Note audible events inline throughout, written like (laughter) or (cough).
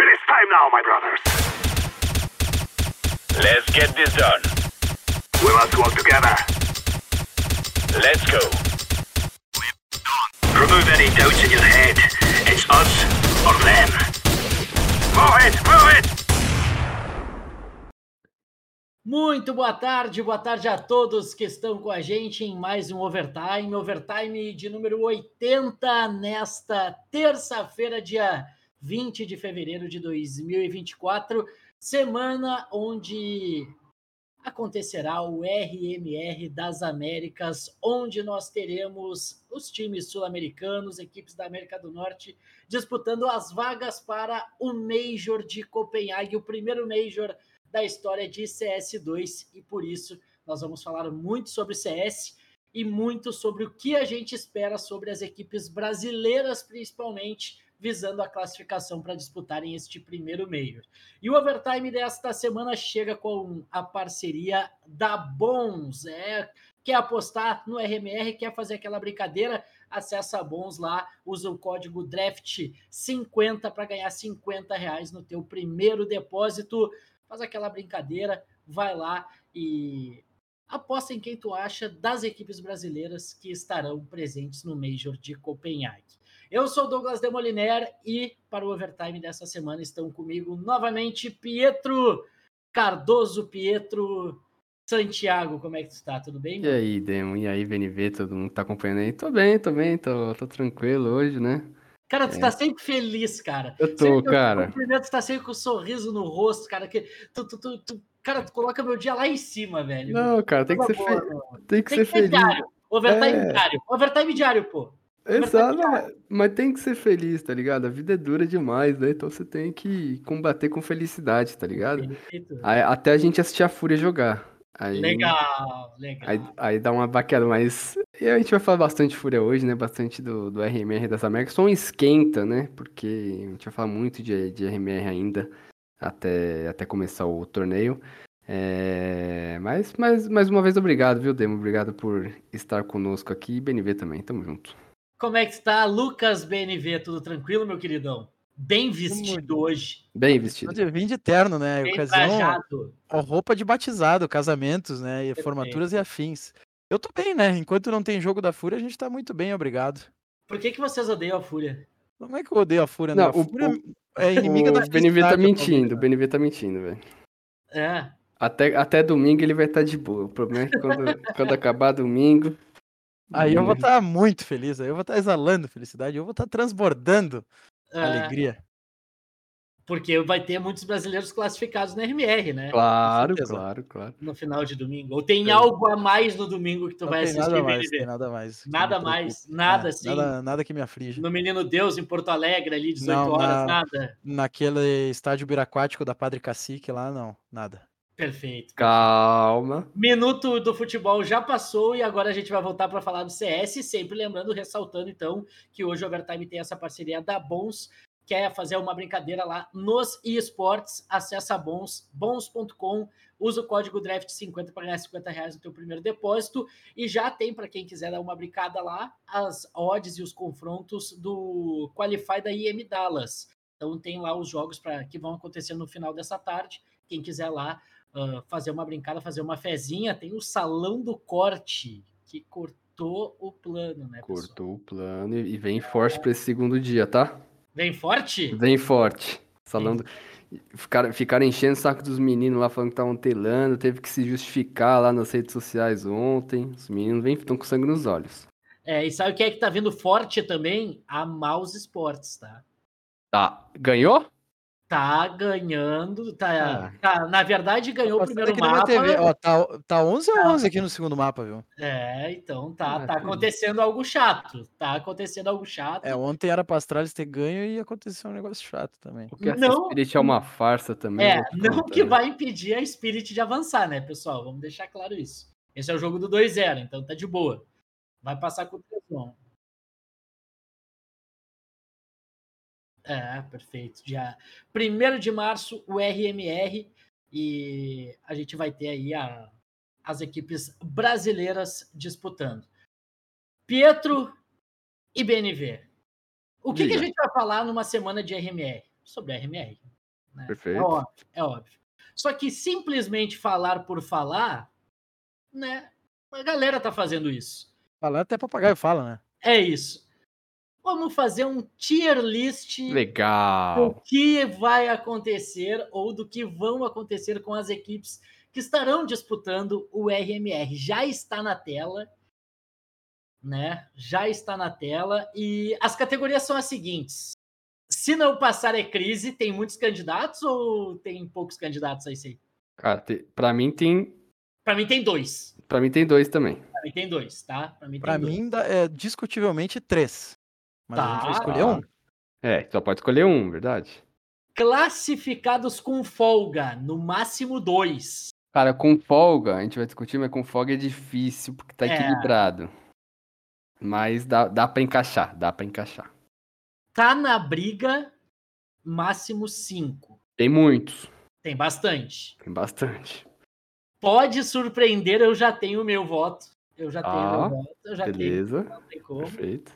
time now, my brothers. Let's get this done. We must work together. Let's go. Remove any doubts in your head. It's us or them. Move it, move it! Muito boa tarde, boa tarde a todos que estão com a gente em mais um Overtime, Overtime de número 80 nesta terça-feira, dia 20 de fevereiro de 2024, semana onde acontecerá o RMR das Américas, onde nós teremos os times sul-americanos, equipes da América do Norte, disputando as vagas para o Major de Copenhague, o primeiro Major da história de CS2 e por isso nós vamos falar muito sobre CS e muito sobre o que a gente espera sobre as equipes brasileiras, principalmente visando a classificação para disputarem este primeiro meio. E o overtime desta semana chega com a parceria da Bons. É, quer apostar no RMR, quer fazer aquela brincadeira, acessa a Bons lá, usa o código DRAFT50 para ganhar 50 reais no teu primeiro depósito faz aquela brincadeira, vai lá e aposta em quem tu acha das equipes brasileiras que estarão presentes no Major de Copenhague. Eu sou Douglas Demoliner e para o overtime dessa semana estão comigo novamente Pietro Cardoso, Pietro Santiago, como é que tu tá? Tudo bem? E aí, Demo? E aí, BNV? Todo mundo que tá acompanhando aí? Tô bem, tô bem, tô, tô tranquilo hoje, né? Cara, tu tá sempre feliz, cara. Eu tô, Sempre que cara. te cumprimento, tu tá sempre com um sorriso no rosto, cara. Que tu, tu, tu, tu- cara, tu coloca meu dia lá em cima, velho. Não, cara, tem que Coisa ser, boa, fe... meu. tem que Tá Tem ser que ser feliz. diário. Overtime É. diário. Overtime diário, pô. Exato, mas- mas tem que ser feliz, tá ligado? A vida é dura demais, né? Então você tem que combater com felicidade, tá ligado? Perfeito. Aí- até a gente assistir a Fúria jogar. Aí, Legal, legal. Aí, aí dá uma baqueada, mas e a gente vai falar bastante de Fúria hoje, né? Bastante do, do RMR das Américas. Só um esquenta, né? Porque a gente vai falar muito de, de RMR ainda, até, até começar o torneio. É, mas, mas mais uma vez, obrigado, viu, Demo? Obrigado por estar conosco aqui e BNV também, tamo junto. Como é que está, Lucas BNV? Tudo tranquilo, meu queridão? Bem vestido hoje. Bem vestido. Eu vim de terno, né? Bem Ocasião, trajado. ó, roupa de batizado, casamentos, né? E formaturas e afins. Eu tô bem, né? Enquanto não tem jogo da Fúria, a gente tá muito bem, obrigado. Por que, que vocês odeiam a Fúria? Como é que eu odeio a Fúria, né? Não, a o- Fúria é inimiga da o BNV tá felicidade, mentindo, o Palmeiras. BNV tá mentindo, velho. É. Até, até domingo ele vai estar de boa. O problema é que quando, (laughs) quando acabar domingo. Aí eu vou Uhum. estar muito feliz, aí eu vou estar exalando felicidade, eu vou estar transbordando é, alegria. porque vai ter muitos brasileiros classificados na RMR, né? Claro, certeza. claro, claro. No final de domingo. Ou tem algo a mais no domingo que tu Não vai tem assistir, nada mais, BNV? tem nada mais. que me Nada preocupe. mais, nada É, assim. Nada, nada que me aflige. No Menino Deus, em Porto Alegre, ali, 18 Não, horas, na- nada. Naquele estádio biraquático da Padre Cacique lá, não, nada. Perfeito. Calma. Minuto do futebol já passou e agora a gente vai voltar para falar do CS, sempre lembrando, ressaltando então, que hoje o Overtime tem essa parceria da Bons, quer fazer uma brincadeira lá nos esportes, acessa a Bons, bons.com, usa o código DRAFT50 para ganhar 50 reais no teu primeiro depósito e já tem, para quem quiser dar uma brincada lá, as odds e os confrontos do Qualify da IM Dallas. Então tem lá os jogos pra, que vão acontecer no final dessa tarde, quem quiser lá ah, fazer uma brincada, fazer uma fezinha, tem o Salão do Corte, que cortou o plano, né, pessoal? Cortou o plano e e vem forte pra esse segundo dia, tá? Vem forte? Vem forte. Falando. Ficaram, ficaram enchendo o saco dos meninos lá falando que estavam telando, teve que se justificar lá nas redes sociais ontem. Os meninos estão com sangue nos olhos. É, e sabe o que é que tá vindo forte também? A Mouse Sports, tá? Tá. Ganhou? Tá ganhando, tá, Ah. tá- na verdade ganhou o Passando primeiro aqui na minha mapa. TV, ó, tá, tá 11 a 11 aqui no segundo mapa, viu? É, então tá, Ah, tá que- acontecendo algo chato, tá acontecendo algo chato. É, ontem era pra Astralis ter ganho e aconteceu um negócio chato também. Porque essa Não. Spirit é uma farsa também. eu É, vou te contar, não (laughs) que né? vai impedir a Spirit de avançar, né, pessoal? Vamos deixar claro isso. Esse é o jogo do 2-0, então tá de boa. Vai passar com o Trezon. É, perfeito. Dia 1 de março, o RMR. E a gente vai ter aí a- as equipes brasileiras disputando. Pietro e BNV. O que, que a Diga. gente vai falar numa semana de RMR? Sobre RMR. né? Perfeito. É óbvio, é óbvio. Só que simplesmente falar por falar, né? A galera tá fazendo isso. Falar até papagaio fala, né? É isso. Vamos fazer um tier list do Legal. que vai acontecer ou do que vão acontecer com as equipes que estarão disputando o RMR. Já está na tela, né? Já está na tela e as categorias são as seguintes. Se não passar é crise, tem muitos candidatos ou tem poucos candidatos a isso aí? Cara, te, pra mim tem. Para mim tem dois. Pra mim tem dois também. Para mim tem dois, tá? Para mim tem Pra dois. mim, dá- é discutivelmente três. Mas a gente vai Tá. escolher um. É, só pode escolher um, verdade? Classificados com folga, no máximo dois. Cara, com folga, a gente vai discutir, mas com folga é difícil, porque tá É. equilibrado. Mas dá, dá pra encaixar, dá pra encaixar. Tá na briga, máximo cinco. Tem muitos, Tem bastante. tem bastante. pode surpreender, eu já tenho o meu voto. Eu já tenho o Ah, meu voto, eu já tenho, Beleza, não tem Tá como. perfeito.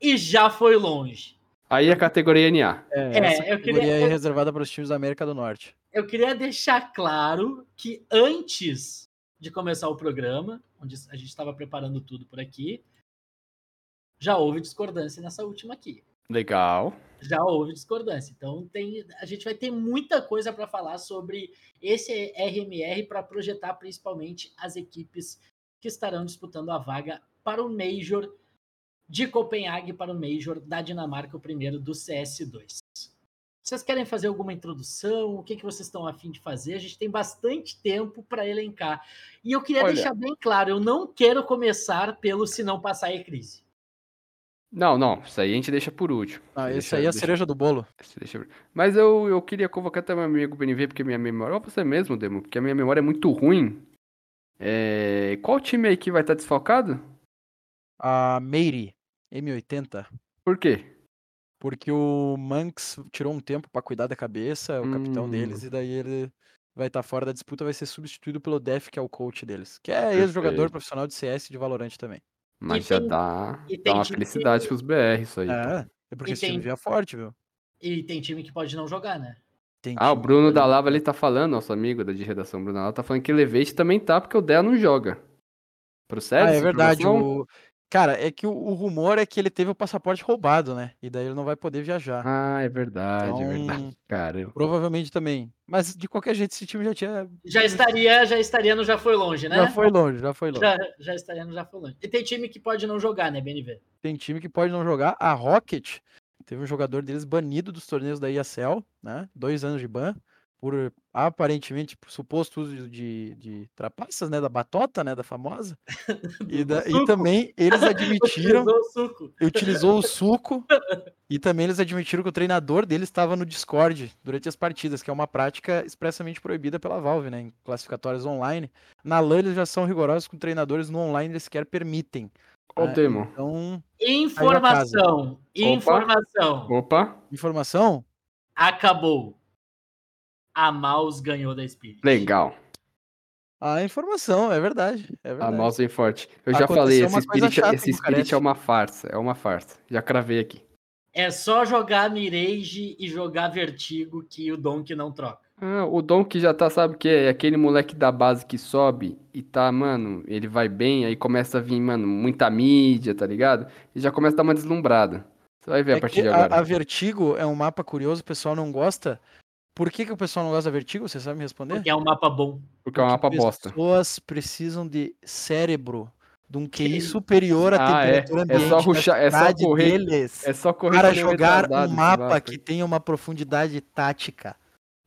E já foi longe. Aí a categoria NA. É, É, essa eu queria- categoria aí é reservada para os times da América do Norte. Eu queria deixar claro que antes de começar o programa, onde a gente estava preparando tudo por aqui, já houve discordância nessa última aqui. Legal. Já houve discordância. Então tem, a gente vai ter muita coisa para falar sobre esse RMR para projetar principalmente as equipes que estarão disputando a vaga para o Major de Copenhague para o Major da Dinamarca, o primeiro do CS2. Vocês querem fazer alguma introdução? O que, que vocês estão afim de fazer? A gente tem bastante tempo para elencar. E eu queria Olha. deixar bem claro, eu não quero começar pelo se não passar é crise. Não, não, isso aí a gente deixa por último. Não, Deixa- esse aí é a deixa- cereja do bolo. Isso, deixa eu ver. Mas eu, eu queria convocar até meu amigo BNV, porque minha memória. Ou você mesmo, Demo, porque a minha memória é muito ruim. É, Qual time aí que vai estar desfalcado? A Meire M80. Por quê? Porque o Manx tirou um tempo para cuidar da cabeça, é o capitão Hum. deles, e daí ele vai estar fora da disputa, vai ser substituído pelo Def, que é o coach deles, que é ex-jogador Perfeito. profissional de CS e de Valorant também. Mas E já tem- dá, e tem dá uma time que- felicidade pros BR isso aí. tá? É, é porque E esse time tem- via forte, viu? E tem time que pode não jogar, né? Tem Ah, o time Bruno que- da Lava ali tá falando, nosso amigo da de redação Bruno da Lava, tá falando que o Levete também tá, porque o Dea não joga. Procede? Ah, é essa verdade. informação? O... Cara, é que o, o rumor é que ele teve o passaporte roubado, né? E daí ele não vai poder viajar. Ah, é verdade, é Então- verdade. Caramba. Provavelmente também. Mas de qualquer jeito, esse time já tinha. Já estaria, já estaria no já foi longe, né? Já foi longe, já foi longe. Já, já estaria no já foi longe. E tem time que pode não jogar, né, BNV? Tem time que pode não jogar. A Rocket teve um jogador deles banido dos torneios da ISL, né? Dois anos de ban. Por aparentemente por suposto uso de, de trapaças, né? Da batota, né? Da famosa. E, da- e suco. também eles admitiram Utilizou o suco. e utilizou o suco. E também eles admitiram que o treinador dele estava no Discord durante as partidas, que é uma prática expressamente proibida pela Valve, né? Em classificatórias online. Na LAN eles já são rigorosos com treinadores no online, eles sequer permitem. Ó, o Ah, Demo. Então, Informação, é Opa. informação. Opa, informação? Acabou. A Maus ganhou da Spirit. legal. A informação, é verdade. É A verdade. mouse vem forte. Eu já Aconteceu falei, esse uma coisa Spirit, chata em esse Spirit Bucareste. é uma farsa, é uma farsa. Já cravei aqui. É só jogar Mirage e jogar Vertigo que o Donk não troca. Ah, o Dom que já tá, sabe o que é? É Aquele moleque da base que sobe e tá, mano, ele vai bem, aí começa a vir, mano, muita mídia, tá ligado? E já começa a dar uma deslumbrada. Você vai ver É a que partir de a- agora. a Vertigo é um mapa curioso, o pessoal não gosta. Por que, que o pessoal não gosta da Vertigo? Você sabe me Né? responder? Tipo, Porque é um mapa bom. Porque é uma mapa bosta. pessoas precisam de cérebro, de um QI superior à Ah, é. temperatura É ambiente. só da ruxar, é só cidade correr, deles. é só correr para que nem um jogar um retardado esse mapa Vasco que aí. tenha uma profundidade tática.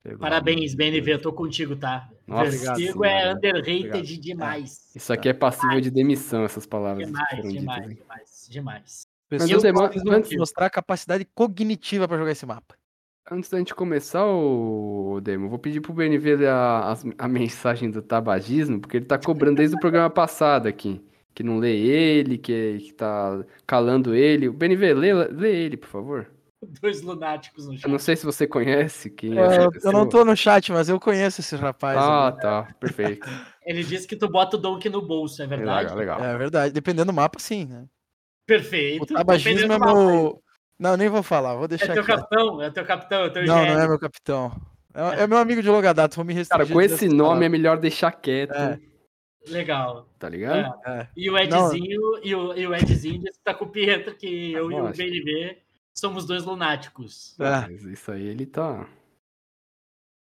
Pelo Parabéns, amor de BNV, eu Deus. tô contigo, tá? Nossa Vertigo senhora. é underrated Obrigado. demais. Isso aqui é passível de demissão, essas palavras que Demais, foram ditas demais, aqui. demais, demais. Mas Pessoas eu- precisam antes- mostrar a capacidade cognitiva para jogar esse mapa. Antes da gente começar o demo, eu vou pedir pro BNV ler a, as- a (laughs) mensagem do tabagismo, porque ele tá cobrando desde o programa passado aqui. Que não lê ele, que, que tá calando ele. O BNV, lê, lê ele, por favor. Dois lunáticos no Eu chão. não sei se você conhece quem É, essa eu, eu não pessoa. tô no chat, mas eu conheço esse rapaz. né? Ah, tá. Perfeito. Ele disse que tu bota o Donk no bolso, (laughs) é verdade? Legal, legal. aí. É verdade, dependendo do mapa, sim. né? O Perfeito. tabagismo é Dependendo do mapa. meu. Não, nem vou falar, vou É deixar teu aqui. capitão, é teu capitão, é teu Não, não IGL. é meu capitão. É, é meu amigo de longa data, vou me Cara, restringir. tipo com esse dessa nome é melhor deixar quieto, É. Legal. tá ligado? palavra. É. E o Edzinho, e o, e o Edzinho disse que tá com o Pietro, que eu e o lógico. BNB somos dois lunáticos. É. Mas isso aí ele tá.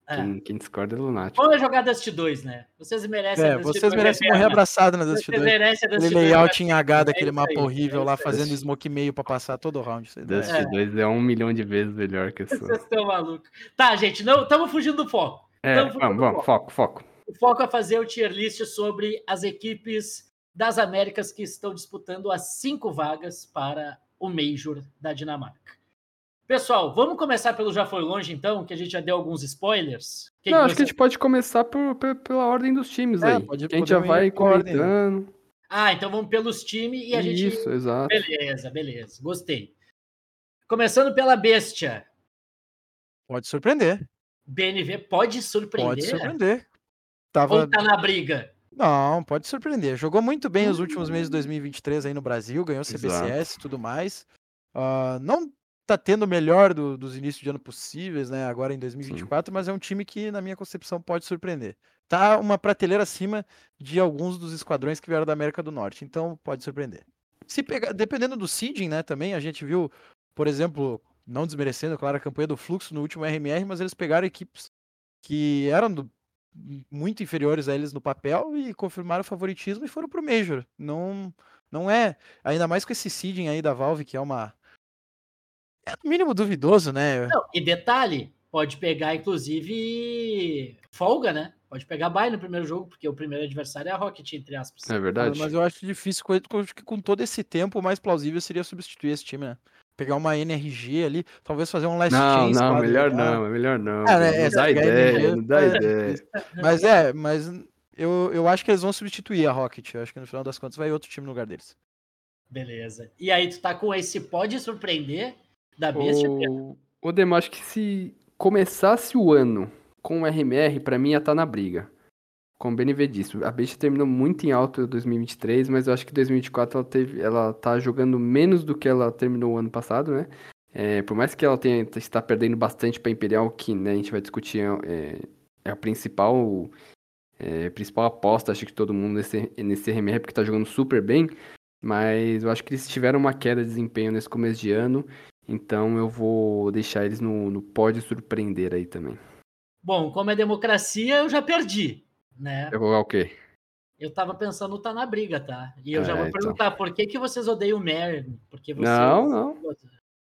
É. Quem, quem discorda é lunático. Vamos jogar Dust 2, né? Vocês merecem É, Dust vocês 2 merecem eterna. morrer abraçado na Dust é Vocês 2. merecem a Dust né? 2 Aquele layout em H daquele isso mapa aí, é horrível isso lá, aí. fazendo smoke meio pra passar todo o round. isso aí não é. Dust 2 é um milhão de vezes melhor que essa. Vocês estão malucos. Tá, gente, não estamos fugindo do foco. É, Então, vamos, vamos, foco, foco. O foco é fazer o tier list sobre as equipes das Américas que estão disputando as cinco vagas para o Major da Dinamarca. Pessoal, vamos começar pelo Já Foi Longe, então, que a gente já deu alguns spoilers. O que Não, que acho que a você- gente pode começar por- pe- pela ordem dos times É, aí. pode- a gente já podemos vai ir por ordem, né? comentando. Ah, então vamos pelos times e a gente. Isso, exato. Beleza, beleza. Gostei. Começando pela bestia. Pode surpreender. BNV pode surpreender Pode surpreender. Tava ou tá na briga? Não, pode surpreender. Jogou muito bem os últimos meses de 2023 aí no Brasil, ganhou CBCS e tudo mais. Ah, não tá tendo o melhor do- dos inícios de ano possíveis, né? Agora em 2024, mas é um time que, na minha concepção, pode surpreender. Tá uma prateleira acima de alguns dos esquadrões que vieram da América do Norte, então pode surpreender. Se pegar, dependendo do seeding, né, também, a gente viu, por exemplo, não desmerecendo, claro, a campanha do Fluxo no último RMR, mas eles pegaram equipes que eram do, m- muito inferiores a eles no papel e confirmaram o favoritismo e foram pro Major. Não, não é, ainda mais com esse seeding aí da Valve, que é uma. É no mínimo duvidoso, né? Não, e detalhe, pode pegar, inclusive, folga, né? Pode pegar bye no primeiro jogo, porque o primeiro adversário é a Rocket, entre aspas. É Cara, verdade? Mas eu acho difícil, co- co- acho que com todo esse tempo, o mais plausível seria substituir esse time, né? Pegar uma NRG ali, talvez fazer um last Não, chance não, quadro melhor legal. não, é melhor não. Cara, não né? é, dá pegar ideia, energia, não dá é, ideia. Mas é, mas eu, eu acho que eles vão substituir a Rocket. Eu acho que no final das contas vai outro time no lugar deles. Beleza. E aí, tu tá com esse pode surpreender da bestia? O, o Demar, acho que se começasse o ano com o RMR, pra mim ia estar na briga. Como o BNV disse, a Bestia terminou muito em alto em 2023, mas eu acho que 2024 ela, teve, ela tá jogando menos do que ela terminou o ano passado, né? É, por mais que ela tenha, está perdendo bastante pra Imperial, que né, a gente vai discutir, é, é a principal, é, principal aposta, acho que todo mundo nesse, nesse RMR, porque tá jogando super bem, mas eu acho que eles tiveram uma queda de desempenho nesse começo de ano, então eu vou deixar eles no, no pode surpreender aí também. Bom, como é democracia, eu já perdi, né? Vai colocar o quê? Eu tava pensando tá na briga, tá? E eu já É, vou então. perguntar, por que que vocês odeiam o Merlin? Porque vocês... Não, não.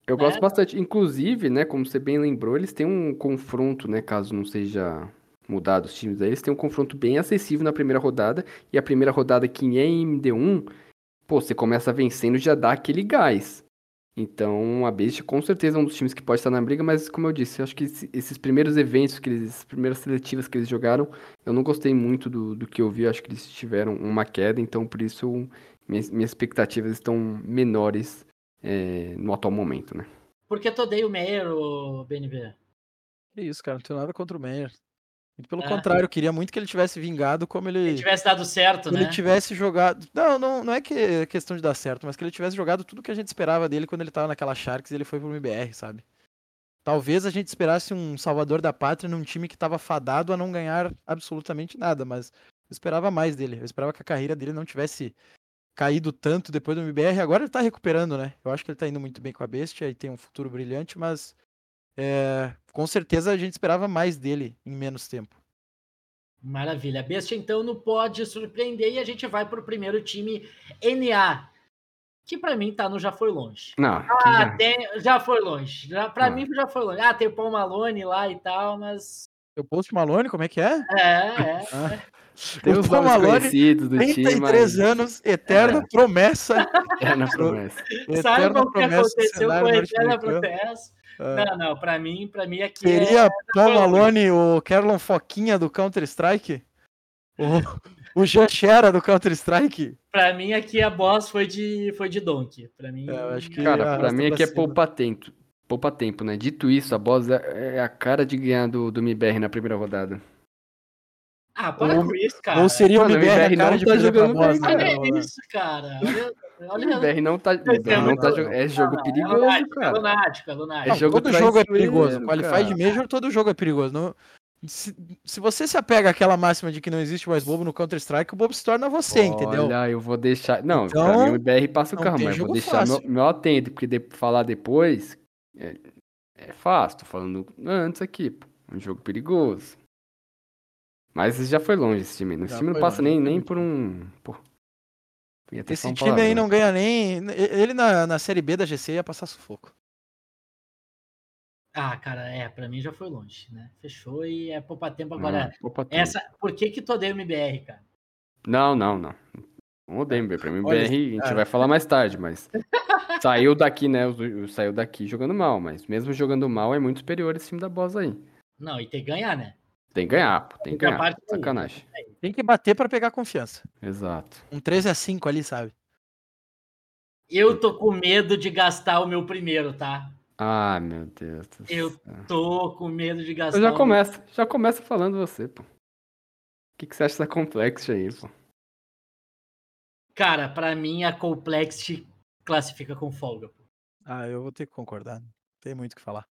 Eu Né? gosto bastante. Inclusive, né, como você bem lembrou, eles têm um confronto, né, caso não seja mudado os times aí, eles têm um confronto bem acessível na primeira rodada, e a primeira rodada que é em MD1, pô, você começa vencendo já dá aquele gás. Então, a Beast com certeza é um dos times que pode estar na briga, mas como eu disse, eu acho que esse- esses primeiros eventos, que eles, essas primeiras seletivas que eles jogaram, eu não gostei muito do, do que eu vi, eu acho que eles tiveram uma queda, então por isso eu- minhas, minhas expectativas estão menores é, no atual momento, né? Por que tu odeia o Meyer, ô, BNB? É isso, cara. Não tenho nada contra o Meyer. Muito pelo Ah. contrário, eu queria muito que ele tivesse vingado como Se É. ele. tivesse dado certo, que né? ele tivesse jogado. Não, não, não é que é questão de dar certo, mas que ele tivesse jogado tudo que a gente esperava dele quando ele tava naquela Sharks e ele foi pro MBR, sabe? Talvez a gente esperasse um Salvador da Pátria num time que tava fadado a não ganhar absolutamente nada, mas eu esperava mais dele. Eu esperava que a carreira dele não tivesse caído tanto depois do MBR. Agora ele tá recuperando, né? Eu acho que ele tá indo muito bem com a bestia e tem um futuro brilhante, mas é, com certeza a gente esperava mais dele em menos tempo. Maravilha. A Bestia, então, não pode surpreender e a gente vai pro primeiro time NA, que pra mim tá no Já Foi Longe. Não, aqui Ah, Uhum. já- tem, já foi longe. Já, pra Ah. mim já foi longe. Ah, tem o Paul Malone lá e tal, mas. Eu post Malone, como é que é? É, é. tem os o Tom nomes Malone, conhecidos do time, 33 mas anos, eterna É. promessa. é na promessa. (laughs) eterna (laughs) Sabe o que promessa do aconteceu com cenário a Eterna norte-americano. Protesta? É. Não, não, pra mim, pra mim aqui. é- Seria Tom Malone. Malone o Kerlon Foquinha do Counter-Strike? O, o Jean Shera do Counter-Strike? pra mim aqui a boss foi de, foi de Donkey. Pra mim. É, eu acho que- Cara, pra arrasta mim pra aqui é cima. poupa tempo. Poupa tempo, né? Dito isso, a Boss é é a cara de ganhar do, do MBR na primeira rodada. Ah, para Ou- ah, com isso, cara. Ou seria o Mano, o MBR, a MBR cara não de tá fazer jogando famosa, bem, né, Olha Malone? isso, cara. Olha- é O BR não tá, BR não tá jogando. É jogo perigoso, lunática, cara. lunática, lunática. É Não, jogo todo jogo é perigoso. traiçoeiro, Qualify de cara. Major, todo jogo é perigoso. Não- se, se você se apega àquela máxima de que não existe mais bobo no Counter-Strike, o bobo se torna você, entendeu? Olha, eu vou deixar. Não, pra Então, mim o BR passa o não carro, tem mas eu jogo vou deixar meu, fácil. meu atento, porque de- falar depois é, é fácil. Tô falando antes aqui, pô. Um jogo perigoso. Mas já foi longe esse time. Esse Já time não foi passa longe, nem, foi nem muito por um. Pô. Ia até Esse falar um time aí palavrão. não ganha nem. Ele na, na Série B da GC ia passar sufoco. Ah, cara, é, pra mim já foi longe, né? Fechou e é poupar tempo Não, agora. Hum, opa, tem. Essa, por que que tu odeia o MBR, cara? Não, não, não. Não odeio MBR. Pra mim, Olha, BR, a gente cara. vai falar (laughs) mais tarde, mas. saiu daqui, né? os- os- Saiu daqui jogando mal, mas mesmo jogando mal é muito superior esse time da Boss aí. Não, e tem que ganhar, né? Tem que ganhar, pô. Tem que Outra ganhar. parte aí. Sacanagem. Tem que bater pra pegar confiança. Exato. Um 13x5 ali, sabe? Eu tô com medo de gastar o meu primeiro, tá? Ah, meu Deus. do Eu céu. Tô com medo de gastar. Eu já o- começo. Já começo falando você, pô. O que, que você acha da Complex aí, pô? Cara, pra mim a Complexity classifica com folga. pô. Ah, eu vou ter que concordar. Não tem muito o que falar.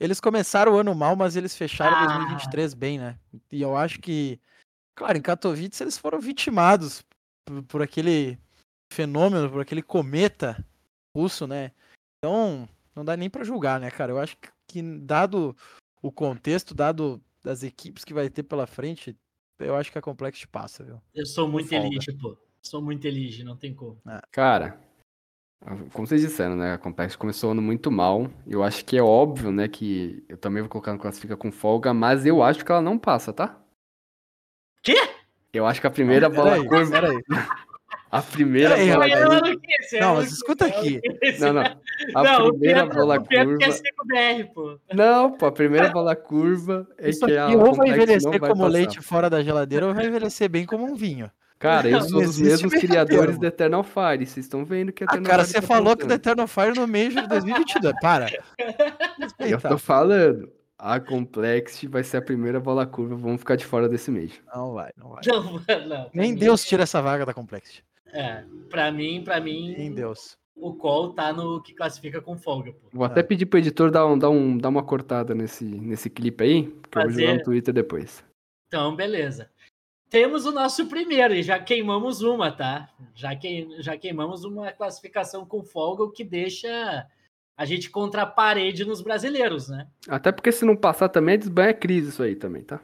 Eles começaram o ano mal, mas eles fecharam Ah. 2023 bem, né? E eu acho que, claro, em Katowice eles foram vitimados por, por aquele fenômeno, por aquele cometa russo, né? Então, não dá nem pra julgar, né, cara? Eu acho que, que dado o contexto, dado das equipes que vai ter pela frente, eu acho que a Complex passa, viu? Eu sou muito folga. elite, pô. Sou muito elite, não tem como. Cara, como vocês disseram, né? A Complex começou o ano muito mal. Eu acho que é óbvio, né? Que eu também vou colocar no Classifica com folga, mas eu acho que ela não passa, tá? Quê? Eu acho que a primeira bola Peraí, curva. peraí. A primeira Peraí, bola. rapaz. curva- Ela não quis, ela Não, mas quis, (laughs) é escuta ela aqui. quis. Não, não. A Não, o primeira Pedro, bola o Pedro curva. quer ser com o BR, pô. Não, pô, a primeira bola curva (laughs) é Isso que aqui a ou vai Complex não vai envelhecer como passar. leite fora da geladeira ou vai envelhecer bem como um vinho. Cara, eu Não, sou não dos existe mesmos meio criadores termo. da Eternal Fire. Vocês estão vendo que a Ah, Eternal cara, Fire você tá falou que o voltando. Eternal Fire no Major de 2022. Para. (laughs) Eu Respeitar. tô falando. A Complexity vai ser a primeira bola curva. Vamos ficar de fora desse mês. Não vai, não vai. Não, (laughs) não. pra Nem mim- Deus tira essa vaga da Complexity. É, pra mim, pra mim, Nem Deus. o call tá no que classifica com folga, pô. Vou Ah. até pedir pro editor dar, um, dar, um, dar uma cortada nesse, nesse clipe aí, porque eu vou jogar Fazer. no Twitter depois. Então, beleza. Temos o nosso primeiro e já queimamos uma, tá? Já, que, já queimamos uma classificação com folga, o que deixa a gente contra a parede nos brasileiros, né? Até porque se não passar também, desbanha a crise isso aí também, tá?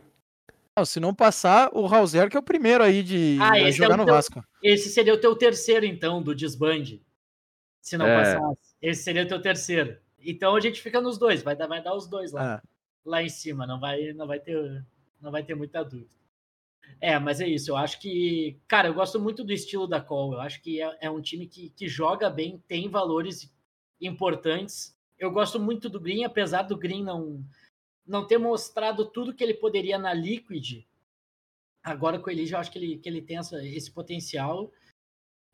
Não, se não passar, o Hauser que é o primeiro aí de Ah, a esse é jogar o no teu- Vasco. Esse seria o teu terceiro, então, do desbande. Se não É. passasse. Esse seria o teu terceiro. Então a gente fica nos dois, vai dar, vai dar os dois lá, Ah, lá em cima, não vai, não vai ter, não vai ter muita dúvida. É, mas é isso, eu acho que, cara, eu gosto muito do estilo da Call, eu acho que é, é um time que, que joga bem, tem valores importantes. Eu gosto muito do Green, apesar do Green não, não ter mostrado tudo que ele poderia na Liquid, agora com o Elise eu acho que ele, que ele tem essa- esse potencial.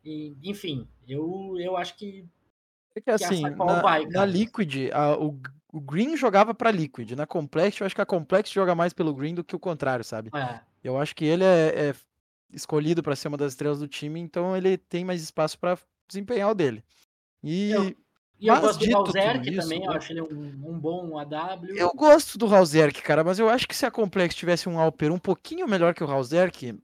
E, enfim, eu, eu acho que. é que assim, sacola na, vai, na cara. Liquid, a- o, o Green jogava pra Liquid. Na Complex, eu acho que a Complex joga mais pelo Green do que o contrário, sabe? é, Eu acho que ele é, é escolhido para ser uma das estrelas do time, então ele tem mais espaço para desempenhar o dele. E Eu- e Mas eu gosto do dito Balzerk tudo isso, também, eu né? acho ele um, um bom AW. eu gosto do Hauserk, cara, mas eu acho que se a Complex tivesse um Alper um pouquinho melhor que o Hauserk,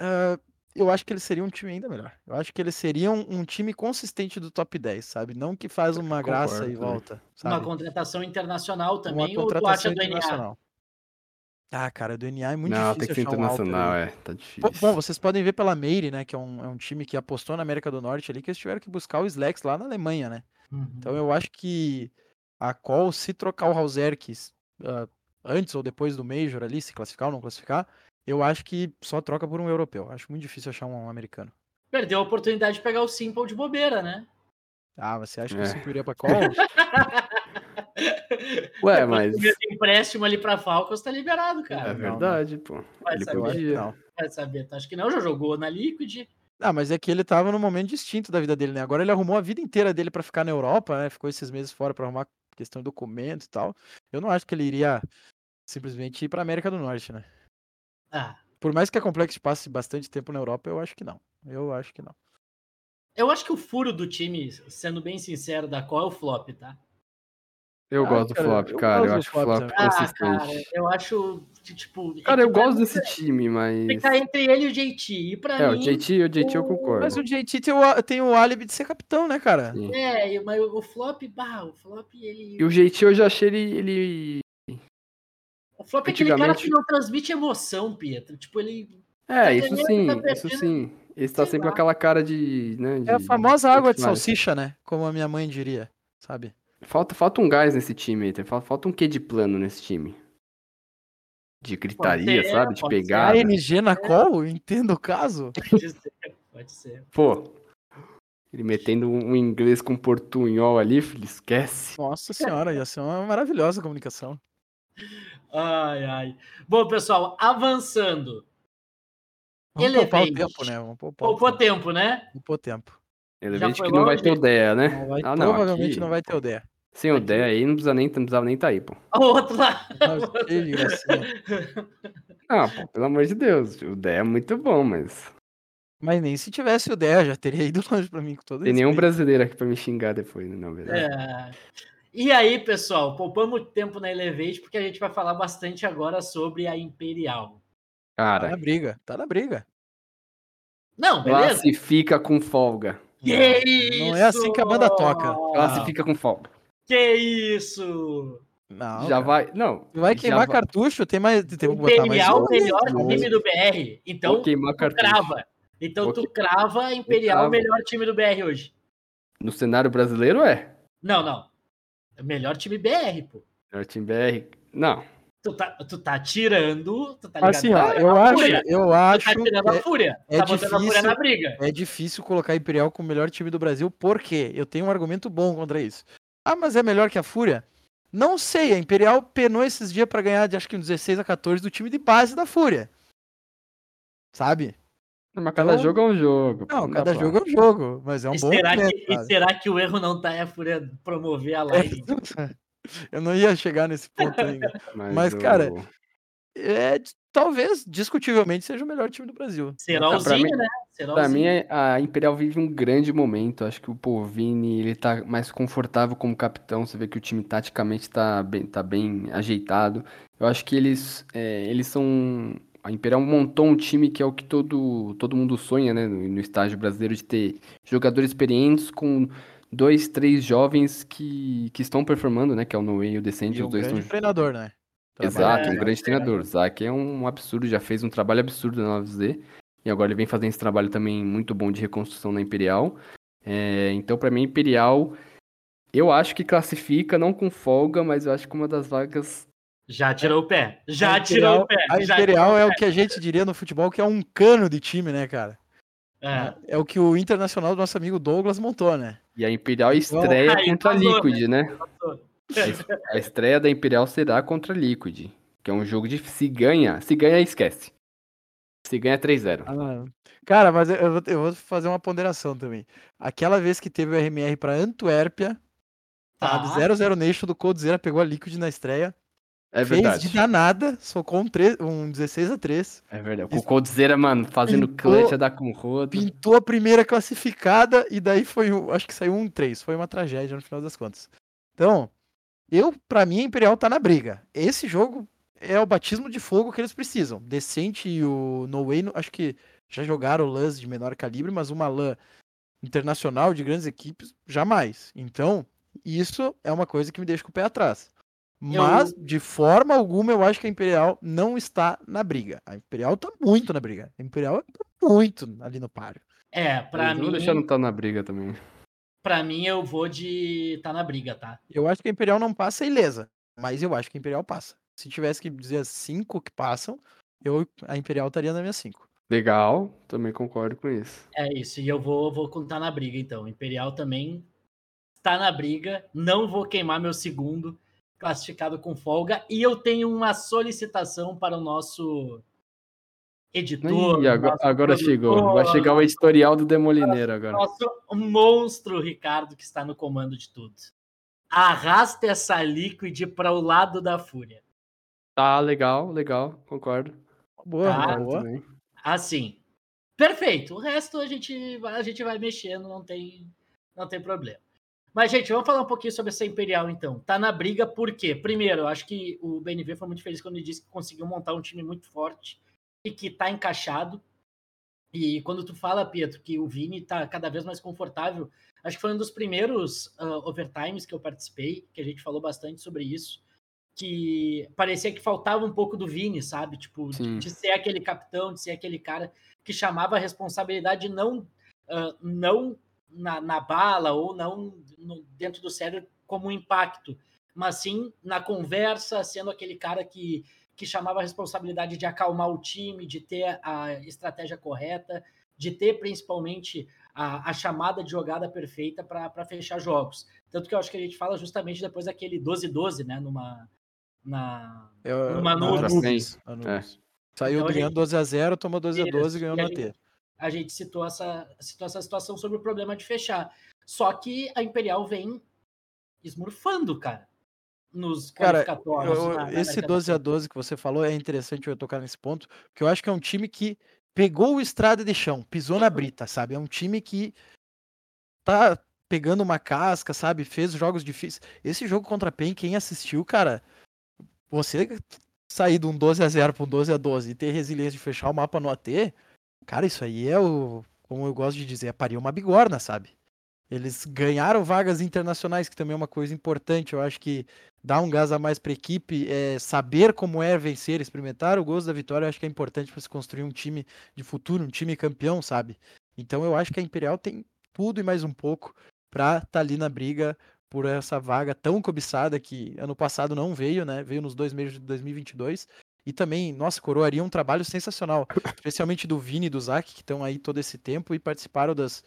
ah, eu acho que ele seria um time ainda melhor. Eu acho que ele seria um, um time consistente do top 10, sabe? Não que faz uma graça concordo e também. volta, sabe? uma contratação internacional Uma também, ou tu é acha do NA? Ah, cara, do NA é muito não, difícil tem que ser achar um Alper internacional, aí. é. Tá difícil. Bom, bom, vocês podem ver pela Meire, né? Que é um, é um time que apostou na América do Norte ali, que eles tiveram que buscar o Slex lá na Alemanha, né? Uhum. Então eu acho que a Call, se trocar o Hauserk ah, antes ou depois do Major ali, se classificar ou não classificar, eu acho que só troca por um europeu. Acho muito difícil achar um americano. Perdeu a oportunidade de pegar o Simple de bobeira, né? Ah, você acha que É. o Simple iria pra Call? Ué, Depois É, mas. do meu empréstimo ali pra Falcons tá liberado, É cara. é não. né? verdade, pô. vai (laughs) ele eu saber, acho que podia. não. vai saber. Acho que não, já jogou na Liquid. Ah, mas é que ele tava num momento distinto da vida dele, né? Agora ele arrumou a vida inteira dele pra ficar na Europa, né? Ficou esses meses fora pra arrumar questão de documento e tal. Eu não acho que ele iria simplesmente ir pra América do Norte, né? Ah, Por mais que a Complex passe bastante tempo na Europa, eu acho que não. Eu acho que não. Eu acho que o furo do time, sendo bem sincero, da qual é o flop, tá? Eu Ah, gosto cara, do flop, eu cara. gosto Eu do acho o flop flop também. Ah, cara, consistente. eu acho que, tipo. é É Cara, que eu pra gosto mim desse time, mas. Fica entre ele e o JT. E pra É, o mim, JT, o JT eu concordo. Mas o JT tem o, tem o álibi de ser capitão, né, cara? Sim. é, e- mas o flop, bah, o flop, ele. E o JT eu já achei ele. ele... O flop é aquele cara antigamente- que não transmite emoção, Pietro. Tipo, ele. É, Tá isso ganhando, sim, tá isso perdendo, sim. Ele tá sei sempre com lá. aquela cara de. Né, É a de- famosa água de Fala. salsicha, né? Como a minha mãe diria, sabe? Falta, falta um gás nesse time, Heitor. Falta, falta um quê de plano nesse time? De gritaria, ser, sabe? De pode ser. pegada. ANG na call, entendo o caso. Pode ser. Pode ser. Pô. Ele metendo um inglês com portunhol ali, filho, esquece. (laughs) Nossa senhora, ia ser uma maravilhosa comunicação. Ai, ai. Bom, pessoal, avançando. Vamos poupar o Elevate. tempo, né? Vamos poupar o Poupou tempo. tempo, né? Poupou tempo. Elevate foi que não vai longe? ter o DEA, né? Não vai- Ah, não, provavelmente aqui- não vai ter (laughs) o DEA. Sem o DEA aí, não precisava nem, não precisava nem tá aí, pô. O outro lá. Nossa, que desgraça. Ah, pô, pelo amor de Deus. O DEA é muito bom, mas. Mas nem se tivesse o DEA, já teria ido longe pra mim com todo Tem nenhum respeito. brasileiro aqui pra me xingar depois, né? Na verdade. É. E aí, pessoal, poupamos tempo na Elevate porque a gente vai falar bastante agora sobre a Imperial. Tá Cara, na briga, tá na briga. Ah, Não, beleza? classifica com folga. Que Não é assim que a banda toca. isso! Ah. Classifica com folga. Que isso! Não, já cara. vai. Não. Ah, Vai já queimar vai- cartucho, tem mais. Tem que botar mais Imperial, um. melhor dois. time do BR. Então, Vou tu queimar cartucho. crava. Então, Vou tu que- crava Imperial, cravo. melhor time do BR hoje. No cenário brasileiro é. Não, não. É Melhor time BR, pô. Melhor time BR. Não. Tu tá, tu tá tirando. Tu tá ligado? Assim, ó, Tá- eu tá acho, fúria. eu Tu acho tá tirando a que fúria. é tá botando a fúria difícil- na briga. é, é difícil colocar a Imperial como o melhor time do Brasil, porque eu tenho um argumento bom contra isso. Ah, mas é melhor que a Fúria? Não sei, a Imperial penou esses dias pra ganhar de acho que um 16 a 14 do time de base da Fúria. Sabe? Mas cada Então- jogo é um jogo. pô, Não, dá cada pra- jogo é um jogo, mas é um e, bom será momento, É que, e sabe? será que o erro não tá é a fúria promover a live? (laughs) Eu não ia chegar nesse ponto ainda. (laughs) Mas, o- cara, É, d- talvez, discutivelmente, seja o melhor time do Brasil. Serolzinho, Ah, mim- né? Pra mim, é Serolzinho. a Imperial vive um grande momento. Acho que o Povini, ele tá mais confortável como capitão. Você vê que o time taticamente tá bem, tá bem ajeitado. Eu acho que eles, é, eles são... A Imperial montou um time que é o que todo, todo mundo sonha, né? No, no estágio brasileiro, de ter jogadores experientes com dois, três jovens que, que estão performando, né? Que é o Noé e o Descende. E os um dois grande estão treinador, né? Exato, Trabalha- um grande treinador. O Zaque é um absurdo, já fez um trabalho absurdo na 9Z. E agora ele vem fazendo esse trabalho também muito bom de reconstrução na Imperial. É, então, pra mim, a Imperial, eu acho que classifica, não com folga, mas eu acho que é uma das vagas. Já tirou o pé. Já A tirou o Imperial- pé. A já- Imperial é o que a gente diria no futebol, que é um cano de time, né, cara? É. É o que o Internacional do nosso amigo Douglas montou, né? E a Imperial estreia Aí, contra a vazou, Liquid, né? vazou. A es- A estreia da Imperial será contra a Liquid, que é um jogo de. Se ganha, se ganha, esquece. Se ganha 3-0. Cara, mas eu- eu vou, eu vou fazer uma ponderação também. Aquela vez que teve o RMR pra Antuérpia, tá? Tá. do 0-0 Nation do Coldzera, pegou a Liquid na estreia, É fez verdade. de danada, socou um, tre- um 16 a 3 É verdade. O Coldzera, mano, fazendo clutch, a dar com rodo. pintou a primeira classificada e daí foi, um- acho que saiu um 3, foi uma tragédia no final das contas. Então, eu, pra mim, a Imperial tá na briga. Esse jogo é o batismo de fogo que eles precisam. Decente e o No Way, no- acho que já jogaram LANs de menor calibre, mas uma LAN internacional de grandes equipes, jamais. Então, isso é uma coisa que me deixa com o pé atrás. Mas, de forma alguma, eu acho que a Imperial não está na briga. A Imperial tá muito na briga. A Imperial tá muito ali no páreo. É, pra Eu vou deixar mim, não tá na briga também. pra mim eu vou de. tá na briga, tá? Eu acho que a Imperial não passa ilesa, mas eu acho que a Imperial passa. Se tivesse que dizer as cinco que passam, eu, a Imperial estaria na minha cinco. Legal, também concordo com isso. É isso. E eu vou, vou contar na briga, então. Imperial também tá na briga. Não vou queimar meu segundo classificado com folga. E eu tenho uma solicitação para o nosso editor. Ih, agora, nosso agora chegou. produtor, Vai chegar o editorial do Demolineiro agora. Nosso monstro Ricardo, que está no comando de tudo. Arrasta essa Liquid para o lado da Fúria. Tá, legal, legal, concordo. Boa, Ah, boa. também. Assim, Perfeito. O resto a gente, vai- a gente vai mexendo, não tem, não tem problema. Mas, gente, vamos falar um pouquinho sobre essa Imperial, então. Tá na briga por quê? Primeiro, eu acho que o BNV foi muito feliz quando ele disse que conseguiu montar um time muito forte e que tá encaixado. E quando tu fala, Pietro, que o Vini tá cada vez mais confortável, acho que foi um dos primeiros ah, overtimes que eu participei, que a gente falou bastante sobre isso, que parecia que faltava um pouco do Vini, sabe? Tipo, de, Sim. de ser aquele capitão, de ser aquele cara que chamava a responsabilidade não, ah, não na, na bala ou não no- dentro do cérebro como um impacto, mas sim na conversa, sendo aquele cara que, que chamava a responsabilidade de acalmar o time, de ter a estratégia correta, de ter principalmente a, a chamada de jogada perfeita para fechar jogos. Tanto que eu acho que a gente fala justamente depois daquele 12-12, né? Numa. Na... É, Uma na no outra Anubis. frente, Anubis. Saiu Então, a ganhando 12x0, tomou 12x12 Isso, e ganhou e a no gente- AT. a gente citou essa, citou essa situação sobre o problema de fechar. Só que a Imperial vem esmurfando, cara, nos Cara, qualificatórios. Eu- na- na esse América do 12 a 12 que você falou é interessante eu tocar nesse ponto, porque eu acho que é um time que pegou o estrada de chão, pisou na brita, sabe? É um time que tá pegando uma casca, sabe? Fez jogos difíceis. Esse jogo contra a PEN, quem assistiu, cara, você sair de um 12 a 0 para um 12 a 12 e ter resiliência de fechar o mapa no AT, cara, isso aí é o, como eu gosto de dizer, é pariu uma bigorna, sabe? Eles ganharam vagas internacionais, que também é uma coisa importante. Eu acho que dar um gás a mais para equipe, é, saber como é vencer, experimentar o gosto da vitória, eu acho que é importante para se construir um time de futuro, um time campeão, sabe? Então eu acho que a Imperial tem tudo e mais um pouco para estar ali na briga por essa vaga tão cobiçada que ano passado não veio, né? Veio nos dois meses de 2022. E também, nossa, coroaria um trabalho sensacional, especialmente do Vini e do Zac, que estão aí todo esse tempo e participaram das,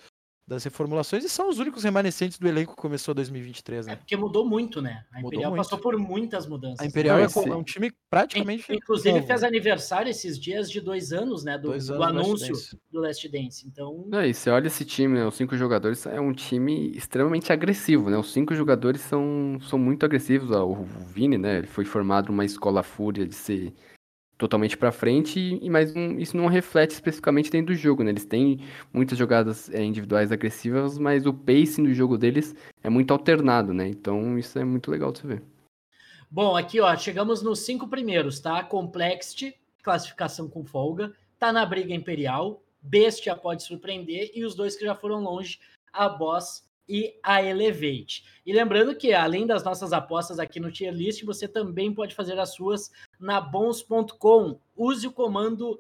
das reformulações e são os únicos remanescentes do elenco que começou 2023, É né? porque mudou muito, né? A Mudou Imperial muito. passou por muitas mudanças. A Imperial Não, é, co- esse- é um time praticamente. Inclusive novo. né? fez aniversário esses dias de dois anos, né? Do, Dois do anos no anúncio Last Dance. do Last Dance. Então, Não, e você olha esse time, né? Os cinco jogadores é um time extremamente agressivo, né? Os cinco jogadores são, são muito agressivos. ó, O Vini, né? Ele foi formado numa escola fúria de ser totalmente pra frente, e, e mas não- isso não reflete especificamente dentro do jogo, né? Eles têm muitas jogadas é, individuais agressivas, mas o pacing do jogo deles é muito alternado, né? Então isso é muito legal de se ver. Bom, aqui ó, chegamos nos cinco primeiros, tá? Complexity, classificação com folga, tá na briga imperial, Bestia pode surpreender e os dois que já foram longe, a Boss e a Elevate. E lembrando que além das nossas apostas aqui no tier list, você também pode fazer as suas na bons.com. Use o comando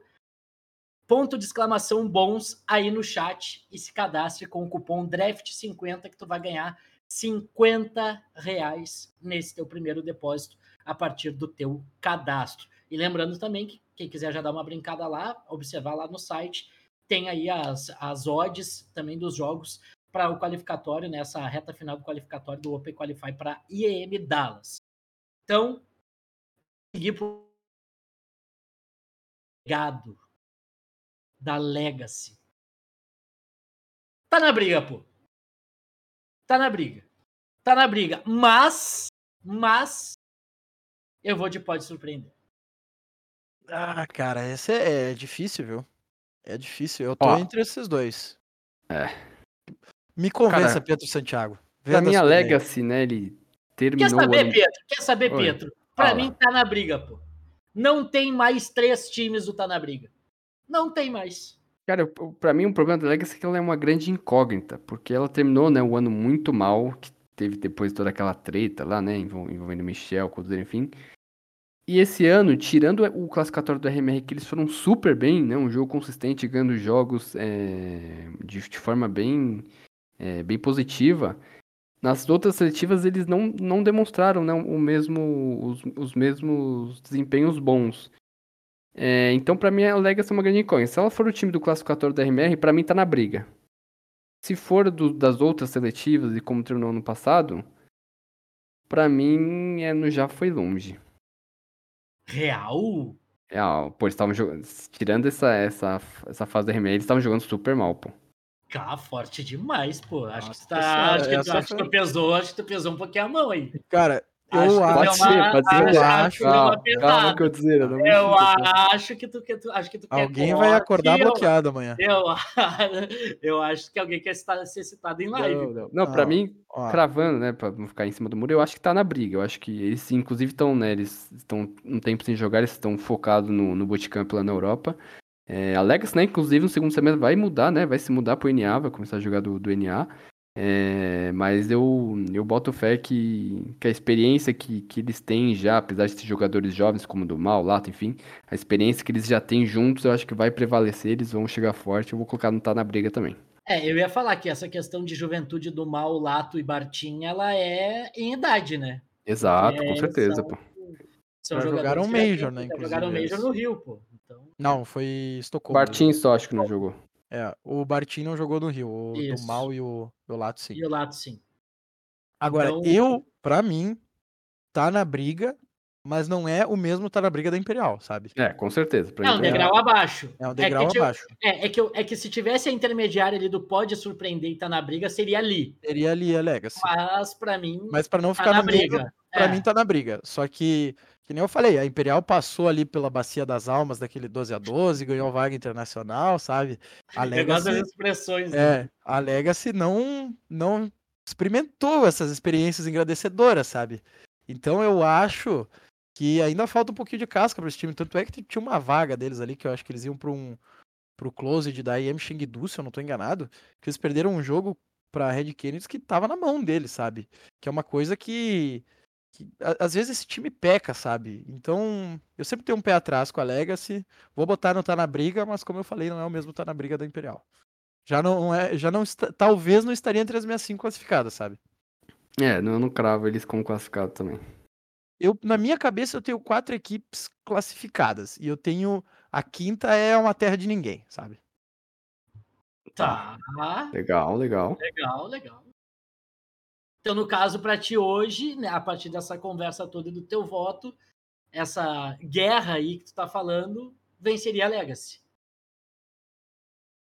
ponto de exclamação bons aí no chat e se cadastre com o cupom DRAFT50 que tu vai ganhar 50 reais nesse teu primeiro depósito a partir do teu cadastro. E lembrando também que quem quiser já dar uma brincada lá, observar lá no site, tem aí as, as odds também dos jogos para o qualificatório, nessa reta final do qualificatório do Open Qualify para IEM Dallas. Então, seguir pro legado da Legacy. Tá na briga, pô tá na briga. Tá na briga. Mas, mas, eu vou de pode surpreender. Ah, cara, essa é, é difícil, viu? É difícil. Eu tô Ó. entre esses dois. É. Me convença, Cara, Pedro Santiago. Pra Venda mim, a sua ideia. Legacy, né? Ele terminou Quer o saber, ano... Pedro? Quer saber, Oi. Pedro? Pra Fala. mim, tá na briga, pô. Não tem mais três times do tá na briga. Não tem mais. Cara, eu- eu- pra mim o problema da Legacy é que ela é uma grande incógnita, porque ela terminou, né, o ano muito mal, que teve depois toda aquela treta lá, né, envol- envolvendo o Michel, Codura, enfim. E esse ano, tirando o classificatório do RMR, que eles foram super bem, né, um jogo consistente, ganhando jogos eh, de, de forma bem, eh, bem positiva, nas outras seletivas eles não, não demonstraram, né, o mesmo, os, os mesmos desempenhos bons. É, então, pra mim, a Legacy é uma grande incógnita. Se ela for o time do classificatório da RMR, pra mim tá na briga. Se for do- das outras seletivas e como terminou ano passado, pra mim é no já foi longe. Real? É, ó, pô, eles estavam jogando. Tirando essa, essa, essa fase da RMR, eles estavam jogando super mal, pô. Tá forte demais, pô. Acho que tu Nossa tá. senhora, acho que tu- essa acho que tu foi- pesou, acho que tu pesou um pouquinho a mão aí. Cara, Acho que Eu deu acho. Pode ser, pode ser. eu acho. que deu uma Calma, calma, pesada. Codzeira. não me Eu xinga, tá? acho que tu, que tu, acho que tu quer Alguém vai corte, acordar eu- bloqueado amanhã. Eu, (laughs) eu acho que alguém quer estar- ser citado em live. Não, não. Não, pra Não. mim, Ah, Ó, cravando, né, pra não ficar em cima do muro, eu acho que tá na briga. Eu acho que eles, inclusive, estão, né, eles estão um tempo sem jogar, eles estão focados no, no bootcamp lá na Europa. É, a Legacy, né, inclusive, no segundo semestre vai mudar, né, vai se mudar pro NA, vai começar a jogar do, do NA. É, mas eu, eu boto fé que, que a experiência que, que eles têm já, apesar de ser jogadores jovens como o do Mal, Lato, enfim, a experiência que eles já têm juntos, eu acho que vai prevalecer, eles vão chegar forte, eu vou colocar no tá na briga também. É, eu ia falar que essa questão de juventude do mal, Lato e Bartim, ela é em idade, né? Exato, É, com certeza, são- pô. São Já jogadores jogaram que Major, têm- né, já inclusive, Jogaram eles. um Major no Rio, pô. Então, Não, foi Estocolmo. né? Bartim só acho que não jogou. É, o Bartim não jogou no Rio, o do Isso. Mal e o, e o Lato sim. e o Lato, sim. Agora, Então- eu, pra mim, tá na briga, mas não é o mesmo tá na briga da Imperial, sabe? É, com certeza. Pra É um mim, tá- degrau abaixo. É um degrau que, ti- abaixo. É, é que, eu- é que se tivesse a intermediária ali do pode surpreender e tá na briga, seria ali. Seria ali a Legacy. Mas, pra mim, Mas pra não tá ficar na no meio, briga. pra É. mim tá na briga. Só que, que nem eu falei, a Imperial passou ali pela Bacia das Almas daquele 12 a 12, ganhou vaga internacional, sabe? A Eu gosto das Legacy, expressões. né? né? é, a Legacy não, não experimentou essas experiências engrandecedoras, sabe? Então eu acho que ainda falta um pouquinho de casca para esse time. Tanto é que tinha uma vaga deles ali, que eu acho que eles iam para um pro closed da IM Chengdu, se eu não tô enganado, que eles perderam um jogo pra Red Canids que tava na mão deles, sabe? Que é uma coisa que, que a- às vezes esse time peca, sabe? Então, eu sempre tenho um pé atrás com a Legacy, vou botar não tá na briga, mas como eu falei, não é o mesmo tá na briga da Imperial. Já não é, já não está, talvez não estaria entre as minhas cinco classificadas, sabe? É, não, eu não cravo eles como classificado também. Eu, na minha cabeça, eu tenho quatro equipes classificadas. E eu tenho. A quinta é uma terra de ninguém, sabe? Tá, Legal, legal. legal, legal. Então, no caso, pra ti hoje, né, a partir dessa conversa toda e do teu voto, essa guerra aí que tu tá falando, venceria a Legacy.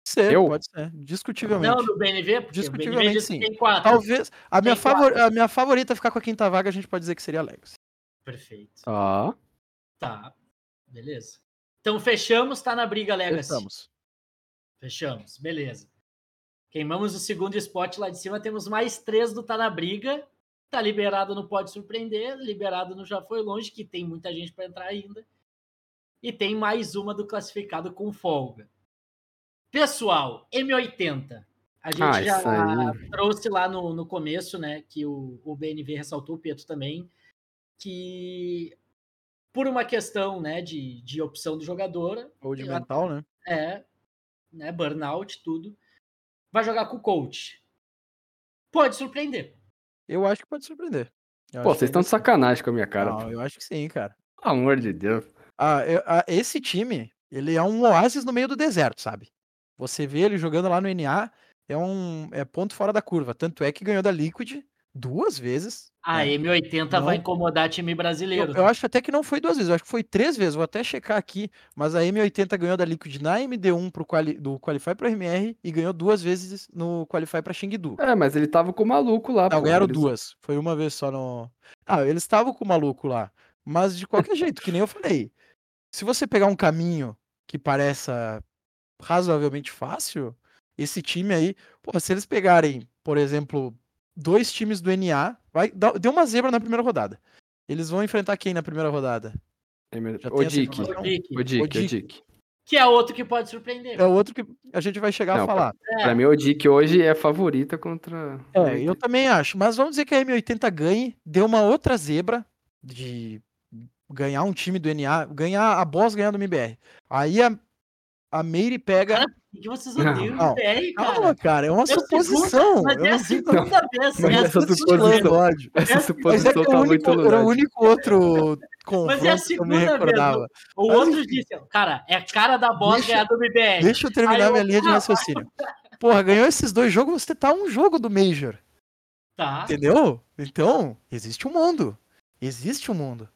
Pode ser, Eu? pode ser. Discutivelmente. Não, no BNV, porque o BNV Discutivelmente, diz que sim. tem quatro. Talvez. A minha, Tem quatro. favor, a minha favorita a ficar com a quinta vaga, a gente pode dizer que seria a Legacy. Perfeito. Tá. Tá, beleza. Então, fechamos, tá na briga, Legacy. Estamos. Fechamos, beleza. Queimamos o segundo spot lá de cima, temos mais três do Tá na Briga. Tá liberado no Pode Surpreender, liberado no Já Foi Longe, que tem muita gente para entrar ainda. E tem mais uma do classificado com folga. Pessoal, M80. A gente Ah, já isso aí. trouxe lá no, no começo, né, que o, o BNV ressaltou, o Pietro também, que por uma questão, né, de, de opção do jogador, Ou de Eu- mental, né? é, né, burnout, tudo. Vai jogar com o coach. Pode surpreender. Eu acho que pode surpreender. Eu Pô, acho que vocês é estão de ainda- sacanagem com a minha cara. Não, eu acho que sim, cara. Pelo amor de Deus. Ah, eu- ah, esse time, ele é um oásis no meio do deserto, sabe? Você vê ele jogando lá no NA, é um é ponto fora da curva. Tanto é que ganhou da Liquid duas vezes. A né? M80 Não. Ah, vai incomodar time Eu, brasileiro. eu acho até que não foi duas vezes, eu acho que foi três vezes, vou até checar aqui. Mas a M80 ganhou da Liquid na MD1 pro quali, do Qualify pro MR e ganhou duas vezes no Qualify pra Chengdu. É, mas ele tava com o maluco lá. Não, Ah, pô, ganharam eles- duas. Foi uma vez só no. Ah, eles estavam com o maluco lá. Mas de (laughs) qualquer jeito, que nem eu falei. Se você pegar um caminho que pareça razoavelmente fácil, esse time aí, pô, se eles pegarem, por exemplo, dois times do NA, vai, dá- deu uma zebra na primeira rodada. Eles vão enfrentar quem na primeira rodada? É mesmo. Já Ô, tem essa Dick. informação? O Dick, Ô, Dick, ô, Dick. Dick. que é outro que pode surpreender. É outro que a gente vai chegar Não, a falar. É, Pra mim, o Dick hoje é a favorita contra. então É, eu também acho. Mas vamos dizer que a M80 ganhe, deu uma outra zebra de ganhar um time do NA, ganhar a Boss ganhando do MBR. Aí a, a Meire pega. o que vocês Não, odeiam não. o BR, Calma, cara? cara, é uma segunda, suposição. Mas eu é a não sei- segunda vez. (laughs) Mas é a essa segunda- suposição- ódio. (laughs) Essa Mas é é Mas é suposição que tá o único, muito era o longe. único outro confronto que eu segunda me vez, recordava. O Mas outro enfim. disse, cara, é cara da bola assim, Deixa- ganhar do BBR. Deixa eu terminar Aí eu- minha linha de Ah, raciocínio. Porra, ganhou esses dois jogos, você tá a um jogo do Major. Tá. Entendeu? Então, existe um mundo. Existe um mundo.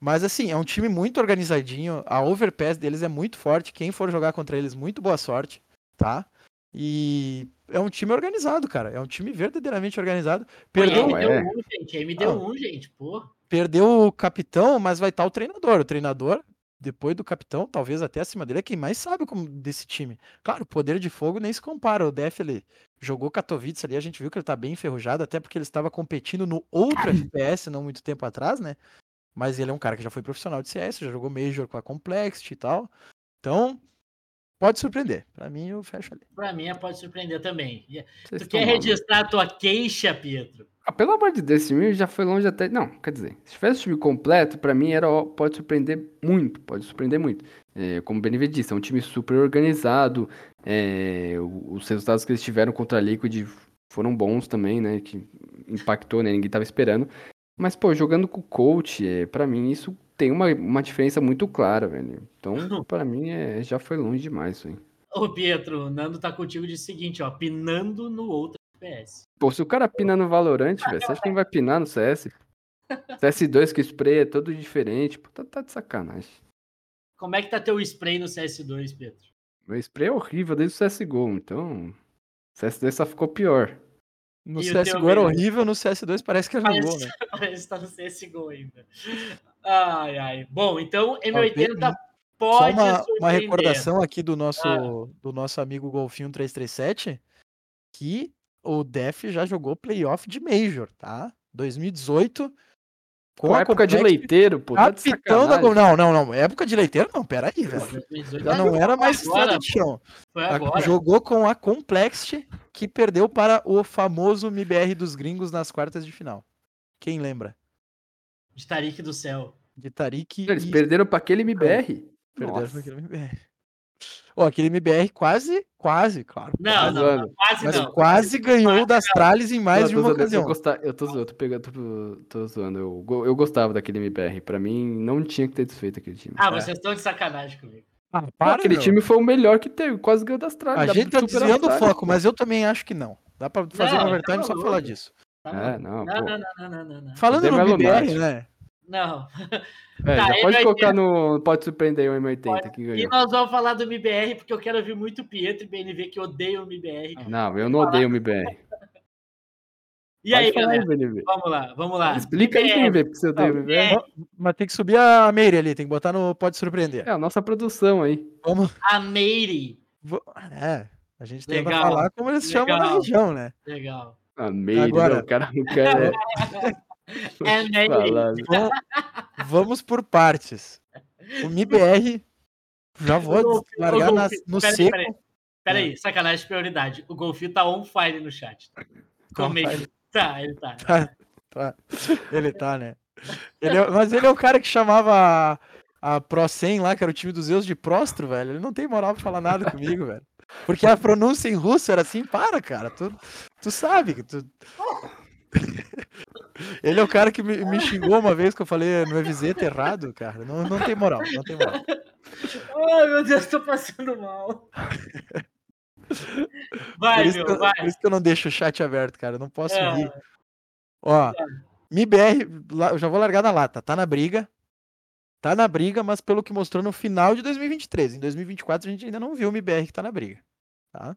Mas assim, é um time muito organizadinho. A overpass deles é muito forte. Quem for jogar contra eles, muito boa sorte, tá? E é um time organizado, cara. É Ah. um time verdadeiramente organizado. Perdeu Perdeu Não, é. MD1, gente. MD1, gente, pô. Perdeu o capitão, mas vai estar o treinador. O treinador, depois do capitão, talvez até acima dele, é quem mais sabe como desse time. Claro, o poder de fogo nem se compara. O Def, ele jogou Katowice ali, a gente viu que ele tá bem enferrujado, até porque ele estava competindo no outro FPS não muito tempo atrás, né? Mas ele é um cara que já foi profissional de CS, já jogou Major com a Complexity e tal. Então, pode surpreender. Pra mim, eu fecho ali. Pra mim, é, pode surpreender também. E- Vocês Tu é estão mal, quer né? registrar a tua queixa, Pietro? Ah, pelo amor de Deus, esse time já foi longe até. Não, quer dizer, se tivesse o time completo, pra mim era ó, pode surpreender muito, pode surpreender muito. É, como o Beneved disse, é um time super organizado. é, o- os resultados que eles tiveram contra a Liquid foram bons também, né? Que impactou, né? Ninguém tava esperando. Mas, pô, jogando com o coach, é, para mim isso tem uma, uma diferença muito clara, velho. Então, pra mim, é, já foi longe demais isso aí. Ô, Pietro, o Nando tá contigo de seguinte, ó, pinando no outro FPS. Pô, se o cara pina no Valorant, velho, você acha que ele vai pinar no (laughs) CS? CS2 que o spray é todo diferente, pô, tá, tá de sacanagem. Como é que tá teu spray no CS2, Pietro? (laughs) Meu spray é horrível desde o CSGO, então. CS2 só ficou pior. No E o teu CSGO era mesmo? horrível, no CS2 parece que arrancou, Parece- né? Parece que tá no CSGO ainda. Ai, ai. Bom, então M80 Talvez- Só pode uma, uma surpreender. recordação aqui do nosso, Ah. do nosso amigo Golfinho 337, que o Def já jogou playoff de Major, tá? 2018. Com a época de Complex, leiteiro, pô, tá de Capitão da Gol. sacanagem. Não, não, não. Época de leiteiro, não. Peraí, velho. 2018 Já não era mais agora, estrada de chão. foi A- agora. jogou com a Complexity, que perdeu para o famoso MBR dos gringos nas quartas de final. Quem lembra? De Tarik do céu. De Tarik Eles e perderam pra aquele MBR. Perderam Nossa. pra aquele MBR. Ó, aquele MBR quase, quase, claro. Não, Tá não, zoando. não, quase Mas não. quase ganhou das Trales em mais Não, de tô uma zoando, eu, ocasião. gostar, eu tô zoando, tô, pegando, tô, tô zoando. Eu, go- eu gostava daquele MBR. Pra mim, não tinha que ter desfeito aquele time. É. Ah, vocês estão de sacanagem comigo. Ah, Pô, para, aquele meu. time foi o melhor que teve, quase ganhou das A tralhas. gente tá desviando o foco, mas eu também acho que não. Dá pra fazer Não, um overtime tá só pra maluco. falar disso. Tá É, bom. não, não, pô. não, não, não, não, não. Falando Zé no Melo MBR, Mate. né? Não. É, Tá, já pode M80. colocar no. Pode surpreender aí o M80 que E ganhou. nós vamos falar do MBR, porque eu quero ouvir muito o Pietro e BNV que odeiam o MBR. Ah, Não, eu não odeio o MBR. E aí, Pode falar galera? Tá. É. BNB. Vamos lá, vamos lá. Explica aí, MBR. BNB, porque você odeia o É. MBR. Mas tem que subir a Meire ali, tem que botar no Pode Surpreender. Tá. É a nossa produção aí. Vamos. A Meire. vo- É, a gente tenta Legal, falar como eles chamam na legal. região, né? Legal. A Meire, não, Agora- Ah, né? o cara não quer. né? (laughs) É (laughs) Meire. falar. Vamos, Então, vamos por partes. O MBR, já O vou Golfinho- largar o na- Golfinho- no peraí, seco. É. peraí. Peraí, sacanagem, prioridade. O Golfinho tá on fire no chat. Tá on Comenta. fire. Tá, ele tá. Ele tá, né? Ele é- mas ele é o cara que chamava a, a Pro 100 lá, que era o time dos Zeus de Prostro, velho. Ele não tem moral pra falar nada comigo, velho. Porque a pronúncia em russo era assim, para, cara. Tu, tu sabe que tu. (laughs) Ele é o cara que me, me xingou uma vez que eu falei no EVZ é errado, cara. Não, não tem moral, não tem moral. Ai, meu Deus, tô passando mal. Por Vai, isso, que meu, eu, por vai. isso que eu não deixo o chat aberto, cara. Eu não posso É. rir. Ó, MBR, lá- eu já vou largar na lata. Tá na briga. Tá na briga, mas pelo que mostrou no final de 2023. Em 2024 a gente ainda não viu o MBR que tá na briga. Tá?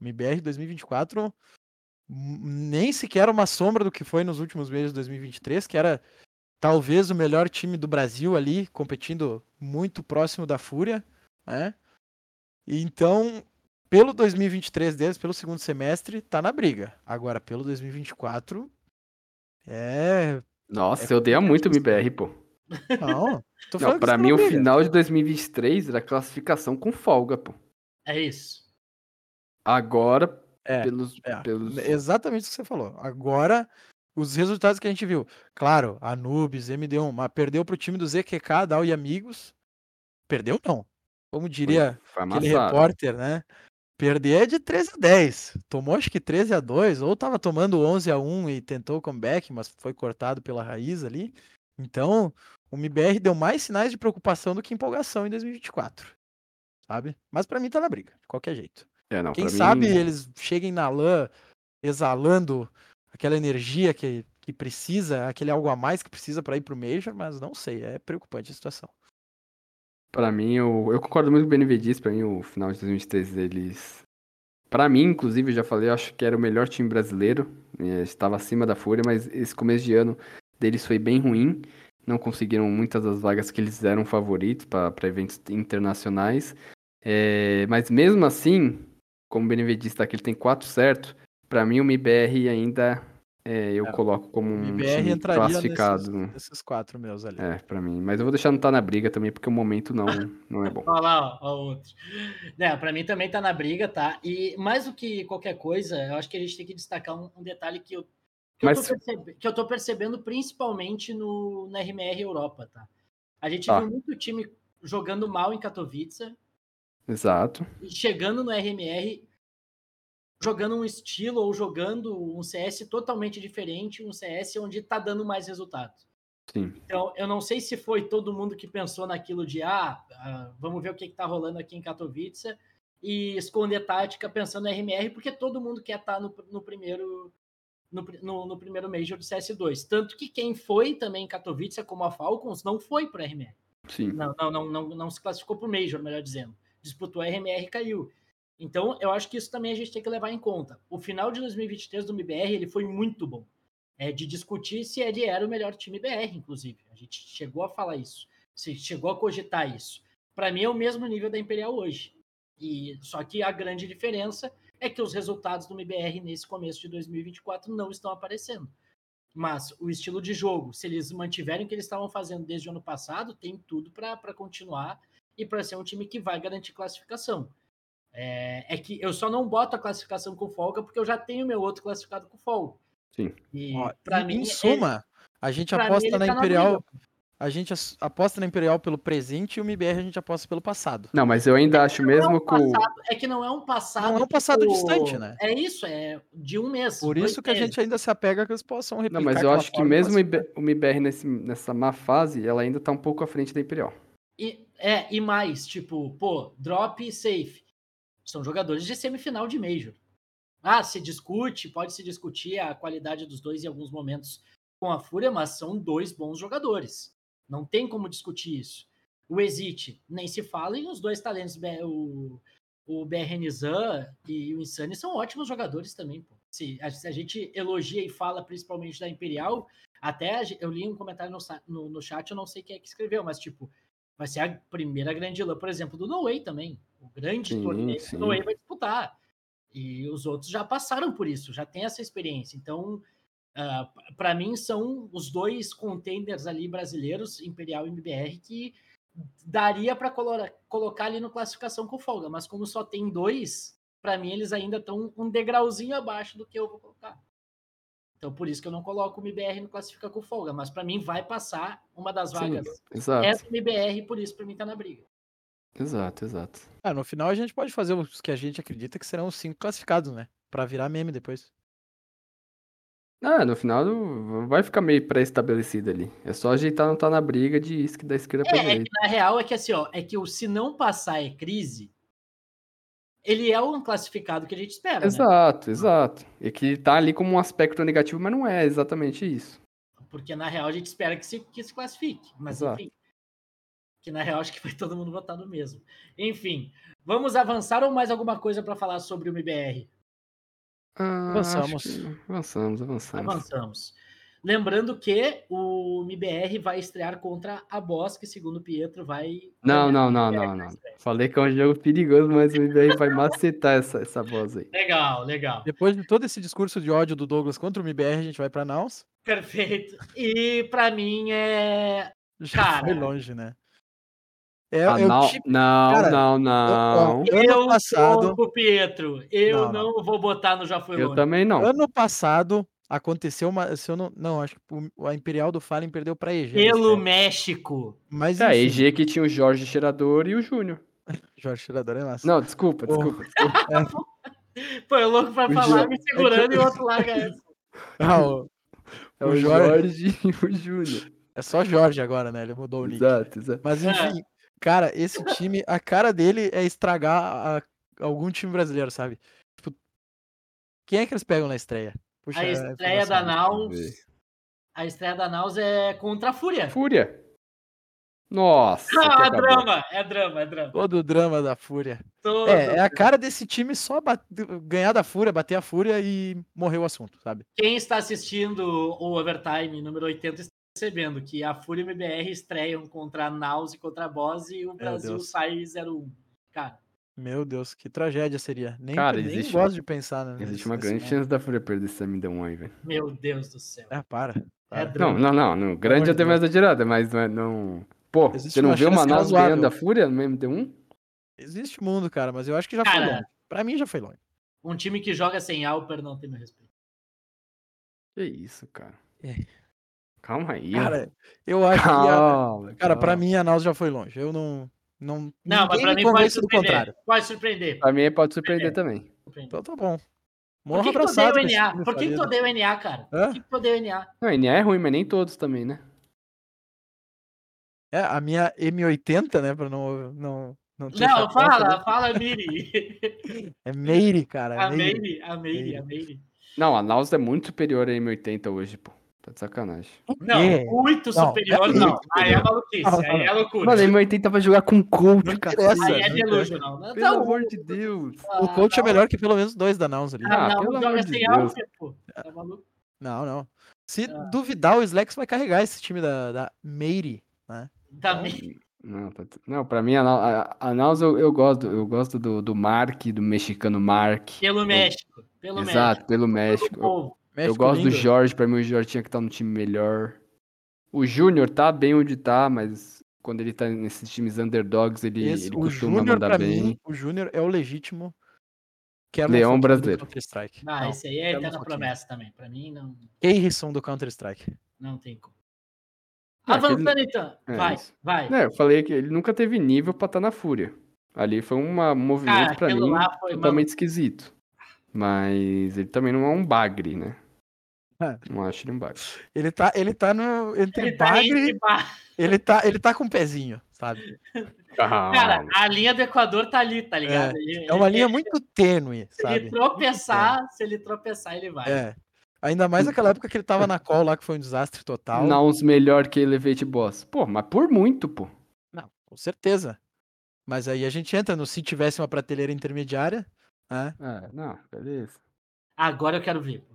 MBR 2024 n- hum, nem sequer uma sombra do que foi nos últimos meses de 2023, que era talvez o melhor time do Brasil ali, competindo muito próximo da Fúria, né? E Então, pelo 2023 deles, pelo segundo semestre, tá na briga. Agora, pelo 2024, é. Nossa, eu odeio muito o MBR, pô. Não, tô Não, falando que pra tá na mim, o briga. final de 2023 era classificação com folga, pô. É isso. Agora, É, pelos. é. pelos... Exatamente o que você falou. Agora, os resultados que a gente viu. Claro, Anubis, MD1, mas perdeu pro time do ZQK, Dal e Amigos. Perdeu, não. Como diria Foi aquele amassado. repórter, né? Perder é de 13 a 10. Tomou acho que 13 a 2, ou tava tomando 11 a 1 e tentou o comeback, mas foi cortado pela raiz ali. Então, o MBR deu mais sinais de preocupação do que empolgação em 2024. Sabe? Mas pra mim tá na briga, de qualquer jeito. É, não, Quem pra mim- sabe eles cheguem na LAN exalando aquela energia que, que precisa, aquele algo a mais que precisa pra ir pro Major, mas não sei, é preocupante a situação. Pra mim, eu, eu concordo muito com o Benevides. Pra mim, o final de 2023 deles. Pra mim, inclusive, né, eu já falei, eu acho que era o melhor time brasileiro. eh, Estava acima da Fúria, mas esse começo de ano deles foi bem ruim. Não conseguiram muitas das vagas que eles eram favoritos para eventos internacionais. É, mas mesmo assim, como o Benevedista aqui tá, ele tem quatro certo, para mim o MBR ainda é, eu É, coloco como O um IBR time entraria classificado. né? nesses, nesses quatro meus ali. É, pra mim. Mas eu vou deixar não tá na briga também, porque o momento não, não é bom. Olha lá, ó, ó outro. Né, para mim também tá na briga, tá? E mais do que qualquer coisa, eu acho que a gente tem que destacar um, um detalhe que eu, que, Mas- eu tô percebe- que eu tô percebendo principalmente no, na RMR Europa, tá? A gente Tá. viu muito time jogando mal em Katowice Exato. e chegando no RMR jogando um estilo ou jogando um CS totalmente diferente, um CS onde tá dando mais resultado. Sim. Então, eu não sei se foi todo mundo que pensou naquilo de ah, ah, vamos ver o que está rolando aqui em Katowice e esconder tática pensando em RMR, porque todo mundo quer estar no, no primeiro no, pri- no, no primeiro Major do CS2. Tanto que quem foi também em Katowice, como a Falcons, não foi para RMR. Sim. Não, não, não, não, não se classificou para o Major, melhor dizendo. Disputou a RMR e caiu. Então, eu acho que isso também a gente tem que levar em conta. O final de 2023 do MBR ele foi muito bom. É de discutir se ele era o melhor time BR, inclusive. A gente chegou a falar isso. Se chegou a cogitar isso. Para mim é o mesmo nível da Imperial hoje. E só que a grande diferença é que os resultados do MBR nesse começo de 2024 não estão aparecendo. Mas o estilo de jogo, se eles mantiverem o que eles estavam fazendo desde o ano passado, tem tudo para continuar e para ser um time que vai garantir classificação. É, é que eu só não boto a classificação com folga porque eu já tenho meu outro classificado com folga. Sim. E Ó, pra em- mim, é em ele- suma, a gente pra mim aposta ele tá na na Imperial. briga. a gente as- aposta na Imperial pelo presente e o MBR a gente aposta pelo passado. Não, mas eu ainda acho Não é um mesmo que o. passado- é que não é um passado. Não é um passado tipo, distante, né? É isso, é de um mês. Por dois isso que a meses. gente ainda se apega que eles possam replicar. Não, mas eu aquela acho que fórmula. mesmo o IB- o MBR nesse, nessa má fase, ela ainda tá um pouco à frente da Imperial. E, é, e mais, tipo, pô, drop e safe. São jogadores de semifinal de Major. Ah, se discute, pode se discutir a qualidade dos dois em alguns momentos com a Fúria, mas são dois bons jogadores. Não tem como discutir isso. O Exit, nem se fala, e os dois talentos, B- o, o BR Nizam e o Insane, são ótimos jogadores também. Pô. Se, a, se a gente elogia e fala principalmente da Imperial, até a gen- eu li um comentário no, sa- no, no chat, eu não sei quem é que escreveu, mas tipo, vai ser a primeira grande lã, por exemplo, do No Way também. O grande Sim, torneio que sim. o No Way vai disputar. E os outros já passaram por isso, já tem essa experiência. Então, para mim, são os dois contenders ali brasileiros, Imperial e MBR, que daria para colocar ali no classificação com folga, mas como só tem dois, para mim eles ainda estão um degrauzinho abaixo do que eu vou colocar. Então, por isso que eu não coloco o MBR no classifica com folga, mas para mim vai passar uma das Sim, vagas Exato, essa é MBR, por isso pra mim tá na briga. exato, exato. Ah, no final a gente pode fazer os que a gente acredita que serão os cinco classificados, né? Pra virar meme depois. Ah, no final do- vai ficar meio pré-estabelecido ali. É só ajeitar não tá na briga de isque da esquerda pra É, é que direita. na real é que assim, ó, é que o se não passar é crise, ele é um classificado que a gente espera, né? Exato, exato. E que tá ali como um aspecto negativo, mas não é exatamente isso. Porque na real a gente espera que se, que se classifique. Mas Exato. enfim. Que na real acho que (laughs) foi todo mundo votar no mesmo. Enfim, vamos avançar ou mais alguma coisa pra falar sobre o MBR? Ah, Avançamos. acho que- Avançamos, avançamos. Avançamos. Lembrando que o MBR vai estrear contra a Boss, que segundo o Pietro vai. Não, não, não, não, não. Falei que é um jogo perigoso, mas o MBR vai macetar essa, essa voz aí. Legal, legal. Depois de todo esse discurso de ódio do Douglas contra o MBR, a gente vai pra Naus. (laughs) Perfeito. E pra mim é. Já Cara. foi longe, né? É, Ah, é o não, tipo- não, cara, não, ó, não. ano eu passado, sou com o Pietro. Eu Não, não, vou botar no Já Foi Eu Longe. também não. ano passado aconteceu uma, se eu não, não acho que o- a Imperial do Fallen perdeu pra EG. nesse Pelo ano. México. mas É, a enfim, EG que tinha o Jorge Cheirador e o Júnior. Jorge Tirador (laughs) é massa. Não, desculpa, Porra. (laughs) desculpa. desculpa. Foi eu é louco pra O falar, é. Jo- me segurando e o outro (laughs) larga essa. Ah, o- É O o Jorge- Jorge e o Júnior. é só Jorge agora, né? Ele mudou o nick. Exato, exato. Mas É. enfim, cara, esse time, a cara dele é estragar a- algum time brasileiro, sabe? Tipo, quem é que eles pegam na estreia? Puxa, A é estreia da informação. Naus. A estreia da Naus é contra a Fúria. Fúria. Nossa. que Ah, acabou. drama, é drama, é drama. Todo o drama da Fúria. Tô- É, é a cara desse time só bat- ganhar da Fúria, bater a Fúria e morrer o assunto, sabe? Quem está assistindo o Overtime número 80 está percebendo que a Fúria e o MBR estreiam contra a Naus e contra a Bose e o Brasil Deus. sai 0-1. Cara, Meu Deus, que tragédia seria. Nem, Cara, nem existe- gosto de pensar, né? Existe nesse- uma nesse grande mundo. chance da Fúria perder esse amidão aí, velho. meu Deus do céu. Ah, para. É Não, Não, drama. não, não. não. Grande de até Deus. mais exagerada, mas não é. Não... Pô, Existe você não uma vê uma chance Naus ganhando razoável. da Fúria no MD1? Existe mundo, cara, mas eu acho que já foi Cara. longe. Pra mim já foi longe. Um time que joga sem Alper não tem meu respeito. Que isso, cara. É. Ah, Calma aí. Cara, eu (laughs) acho que. a- calma, Cara, pra calma. mim a Naus já foi longe. Eu não. Não, Não, mas ninguém pra me mim pode convence do surpreender. contrário. Pode surpreender. Pra mim pode surpreender também. surpreender. Então tá bom. Por Morro que, que tu odeia abraçado. o com esse NA? time Por que, que tu falido. odeia o NA, cara? Hã? Por que, que tu odeia o NA? Não, NA é ruim, mas nem todos também, né? É, a minha M80, né? Pra não. Não, não, ter Não, chacota, fala, né? fala, Miri. É Meire, cara. A É Meire. Meire, a Meire, a Meire. Não, a Naus é muito superior a M80 hoje, pô. Tá de sacanagem. Não, É. muito Não, superior, é não. muito Aí é maluquice, aí é loucura. Mano, a M80 vai jogar com coach, Não cara. interessa, aí é não delusional. Não, Pelo tá bom. amor de Deus. O coach é melhor que pelo menos dois da Naus ali. Ah, tá. Ah, não, pelo não amor joga de sem Deus. Alper, pô. Tá maluco? Não, não. Se Ah. duvidar, o Slex vai carregar esse time da, da Meire. Tá meio- Não, tá t- não, pra mim a, Nau- a, a Naus eu, eu gosto. Eu gosto do, do Mark, do mexicano Mark. Pelo México. Pelo Exato, pelo México. México. Pelo Eu- povo. É, Eu gosto do Jorge, pra mim o Jorge tinha que estar no time melhor. O Júnior tá bem onde tá, mas quando ele tá nesses times underdogs, ele, Esse- ele o costuma Júnior, mandar pra bem. mim, o Júnior é o legítimo Kerlison Leão Keyson do brasileiro. Counter-Strike. Ah, Não, esse aí é temos eterna aqui. promessa também. Pra mim, não, Keyson do Counter-Strike. não tem como. É, Avançando, então. é vai, isso. vai. É, eu falei que ele nunca teve nível pra estar na fúria. Ali foi uma- um movimento Cara, pra aquilo mim Ah, lá foi totalmente esquisito. Mas ele também não é um bagre, (laughs) né? É. Não acho ele um bagre. Ele tá, ele tá no, entre Ele tá bagre, entre bar- ele tá, ele tá com um pezinho, sabe? Cara, a linha do Equador tá ali, tá ligado? Ele- É uma ele- linha muito tênue, Se ele sabe? É. tropeçar, se ele tropeçar, ele vai. É. Ainda mais naquela época que ele tava na call lá, que foi um desastre total. não os melhor que Elevate Boss. Pô, mas por muito, pô. Não, com certeza. Mas aí a gente entra no se tivesse uma prateleira intermediária, né? É, não, beleza. Agora eu quero ver. pô.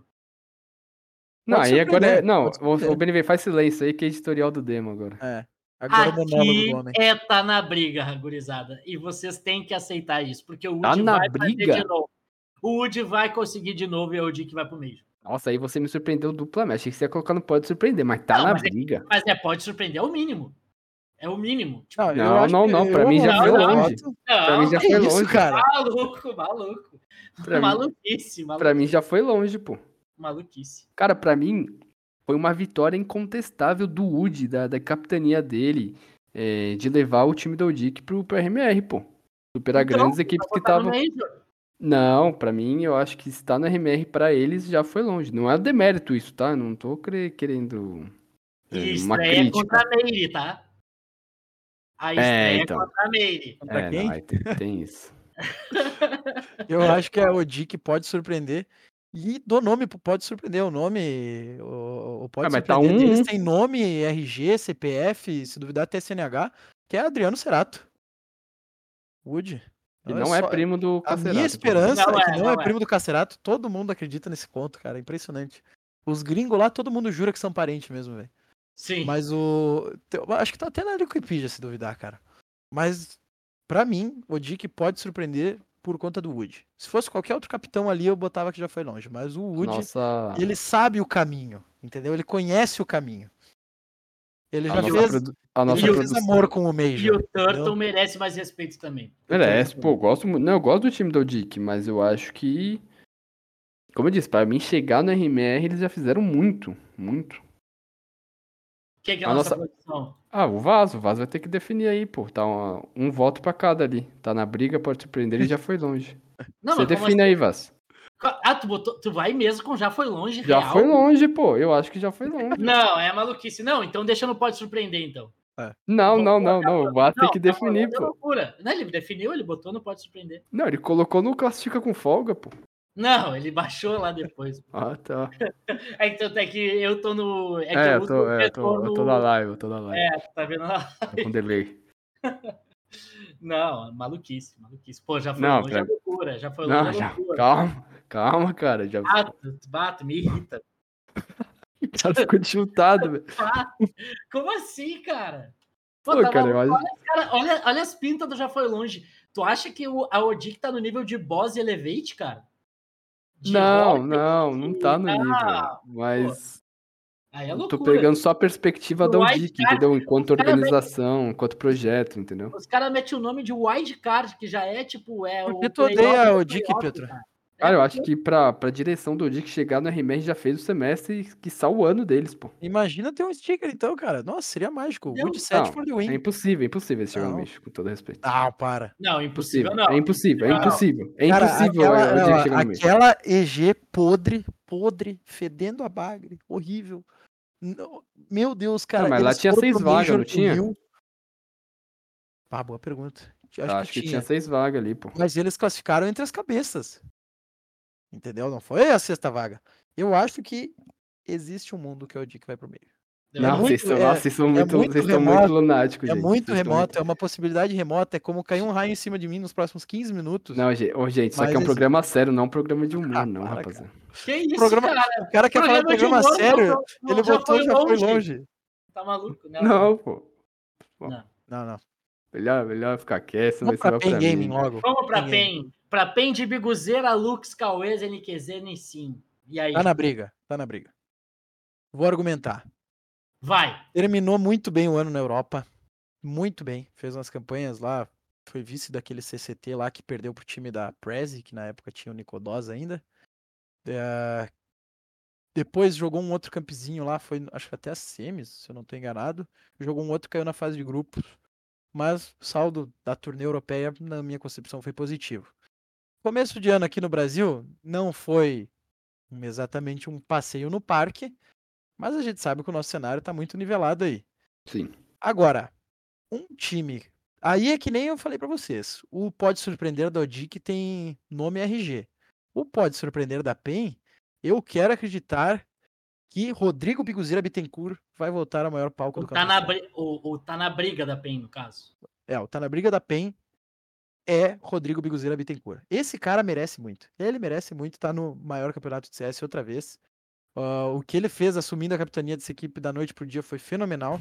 Não, aí agora é. surpreender, Não, pode o, o surpreender. BNV faz silêncio aí que é editorial do demo agora. É. Ah, Agora o monólogo Aqui do né? homem. é tá na briga, gurizada. E vocês têm que aceitar isso, porque o Tá Woody na vai briga? fazer de novo. O Woody vai conseguir de novo e é o Woody que vai pro meio. Nossa, aí você me surpreendeu duplamente. Achei que você ia colocar no pode surpreender, mas tá Não, na mas é que- briga. Mas é, pode surpreender, é o mínimo. É o mínimo. Tipo, Não, eu Não, acho não, que- não, eu pra mim já amo foi o longe. Otto. Pra mim não, tá já Que foi isso, longe. cara. maluco, tá maluco. Pra mim- Maluquice, malu- Pra mim já foi longe, pô. maluquice. Cara, pra mim foi uma vitória incontestável do Woody, da, da capitania dele, é, de levar o time da Udic pro, pro RMR, pô. Superar Então, grandes equipes que Botar no estavam. Major. Não, pra mim eu acho que estar no RMR pra eles já foi longe. Não é demérito isso, tá? Não tô cre- querendo. é, E uma estreia crítica. contra a Meire, tá? A É, estreia então. contra a Meire. Contra É, quem? não, aí tem, tem isso. Eu acho que é o Dick pode surpreender. E do nome pro pode surpreender. O nome. O, o pode Ah, mas tá surpreender deles um, um. tem nome, RG, CPF, se duvidar até CNH, que é Adriano Cerato. Woody. Ele Olha não é só, primo do A Cacerato. minha esperança Não é que é, não, não é, é. primo do Cacerato. Todo mundo acredita nesse conto, cara. é Impressionante. Os gringos lá, todo mundo jura que são parentes mesmo, velho. Sim. Mas o. te- Acho que tá até na Wikipedia, se duvidar, cara. Mas, pra mim, o Dick pode surpreender por conta do Woody. Se fosse qualquer outro capitão ali, eu botava que já foi longe. Mas o Woody, Nossa, ele sabe o caminho, entendeu? Ele conhece o caminho. Ele a já nossa, fez, um produ- a ele nossa já fez produção. amor com o E o Major. Turtle merece mais respeito também. né? Merece, É, pô, eu gosto, mu- não, eu gosto do time do Dick, mas eu acho que, como eu disse, pra mim chegar no RMR eles já fizeram muito, muito. O que, que é a A nossa, nossa- posição? Ah, o Vaso, o Vaso vai ter que definir aí, pô, tá uma- um voto pra cada ali, tá na briga, pode surpreender e já foi longe. (laughs) Não, Você mas como define aí, Vaso. assim? Ah, tu, botou- tu vai mesmo com já foi longe, Já real? foi longe, pô, eu acho que já foi (laughs) longe. Não, é maluquice. Não, então deixa não pode surpreender, então. Não, Bom, não, não, não, o Vaso Não, tem que definir, é pô. loucura. Não, ele definiu, ele botou não pode surpreender. Não, ele colocou no classifica com folga, pô. Não, ele baixou lá depois. Ah, tá. É, então é que eu tô no... É, que É, eu uso tô, o é, eu tô, eu tô retorno- na live, eu tô na live, Tá vendo lá? tô com delay. (laughs) Não, é maluquice, maluquice. Pô, já foi Não, longe, pra- é loucura. Já foi Não, longe, é já, loucura. calma, calma, cara, já... Bato, bato, me irrita. O (laughs) cara ficou tiltado, velho. Como assim, cara? Pô, Pô, tá cara, maluco? olha- Cara, olha, olha as pintas do Já Foi Longe. Tu acha que o, a Odic tá no nível de boss e elevate, cara? De Não, rock? não, não tá no nível. Ah, Mas Aí é eu tô loucura. pegando só a perspectiva da O White UDIC, Card- entendeu? Enquanto o cara vai- organização, enquanto projeto, entendeu? Os caras metem o nome de wildcard, que já é tipo. É, Por que o tu odeia playoff a do Odic, playoff, Pietro? cara. É, Cara, eu porque- acho que pra, pra direção do UDIC chegar no RMR já fez o semestre e que o ano deles, pô. Imagina ter um sticker, então, cara. Nossa, seria mágico. Deus. Good set Não, for the É win. impossível, é impossível esse Não. jogo lixo, com todo respeito. Ah, para. Não, impossível, É não. impossível, é Não. impossível. É Cara, impossível aquela, o não, UDIC chegar no meio. aquela EG podre, podre, fedendo a bagre, horrível. Não- meu Deus, cara. mas lá eles tinha foram seis pro vagas, Major não do tinha? Rio. Ah, boa pergunta. Eu Acho, Tá, Acho que tinha tinha. seis vagas ali, pô. Mas eles classificaram entre as cabeças. Entendeu? Não foi a sexta vaga. Eu acho que existe um mundo que é o dia que vai pro meio. Eu- Não, vocês muito- estão é- nossa, vocês são muito, muito vocês estão remoto, muito lunáticos, É gente. muito Vocês estão remoto, é uma possibilidade remota, é como cair um raio em cima de mim nos próximos 15 minutos. Não, gente, ô, gente isso Mas aqui é um esse- programa sério, não um programa de humor, Ah, não, para, rapaziada. Que isso, programa- cara? o cara quer falar de de programa humor, sério, não, não, ele voltou um já foi longe. Tá maluco, né? Não, pô. Não, não. Melhor, melhor ficar quieto, senão Vamos isso pra vai Pen pra mim. Gaming logo. Vamos pra Ninguém. PEN. Pra PEN de Biguzeira, Lux, Cauês, NQZ, Nissim. E aí? Tá na briga, tá na briga. Vou argumentar. Vai. Terminou muito bem o ano na Europa. Muito bem. Fez umas campanhas lá. Foi vice daquele CCT lá que perdeu pro time da Prezi, que na época tinha o Nicodosa ainda. Eh, Depois jogou um outro campezinho lá, foi acho que até a Semis, se eu não estou enganado. Jogou um outro, caiu na fase de grupos. Mas o saldo da turnê europeia, na minha concepção, foi positivo. Começo de ano aqui no Brasil não foi um- exatamente um passeio no parque, mas a gente sabe que o nosso cenário está muito nivelado aí. Sim. Agora, um time. Aí é que nem eu falei pra vocês. O Pode Surpreender da Odic tem nome RG. O Pode Surpreender da PEN, eu quero acreditar que Rodrigo Biguzeira Bittencourt vai voltar ao maior palco O do tá, na campeonato. bri- o, o tá na briga da PEN, no caso. É, o tá na briga da PEN é Rodrigo Biguzeira Bittencourt. Esse cara merece muito. Ele merece muito estar no maior campeonato de CS outra vez. Ah, o que ele fez assumindo a capitania dessa equipe da noite pro dia foi fenomenal.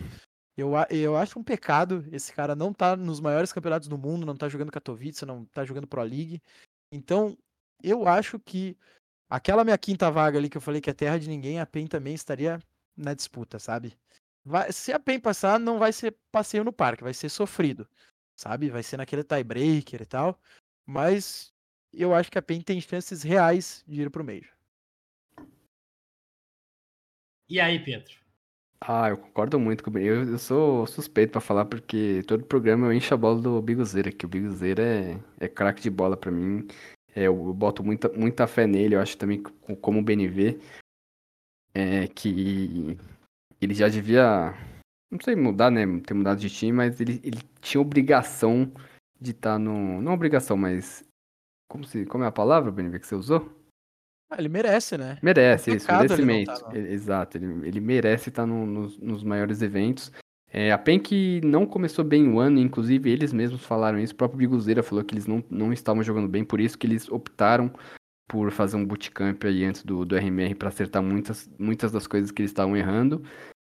Eu, a- eu acho um pecado esse cara não tá nos maiores campeonatos do mundo, não tá jogando Katowice, não tá jogando Pro League. Então, eu acho que aquela minha quinta vaga ali que eu falei que é terra de ninguém, a PEN também estaria na disputa, sabe? Vai- se a PEN passar, não vai ser passeio no parque, vai ser sofrido sabe? Vai ser naquele tiebreaker e tal. Mas eu acho que a PEN tem chances reais de ir pro Major. E aí, Pedro? Ah, eu concordo muito com o Ben. Eu, eu sou suspeito pra falar, porque todo programa eu encho a bola do Biguzeira, que o Biguzeira é, é craque de bola pra mim. É, eu, eu boto muita, muita fé nele, eu acho também co- como o BNV, é, que ele já devia, não sei, mudar, né? Ter mudado de time, mas ele, ele tinha obrigação de estar no. Não obrigação, mas. Como, se, como é a palavra, BNV, que você usou? Ah, ele merece, né? Merece É isso, pecado ele não merecimento. tá, não. Ele- exato, ele, ele merece estar no- nos, nos maiores eventos. É, a PEN que não começou bem o ano, inclusive eles mesmos falaram isso, o próprio Biguzeira falou que eles não, não estavam jogando bem, por isso que eles optaram por fazer um bootcamp aí antes do, do RMR para acertar muitas, muitas das coisas que eles estavam errando.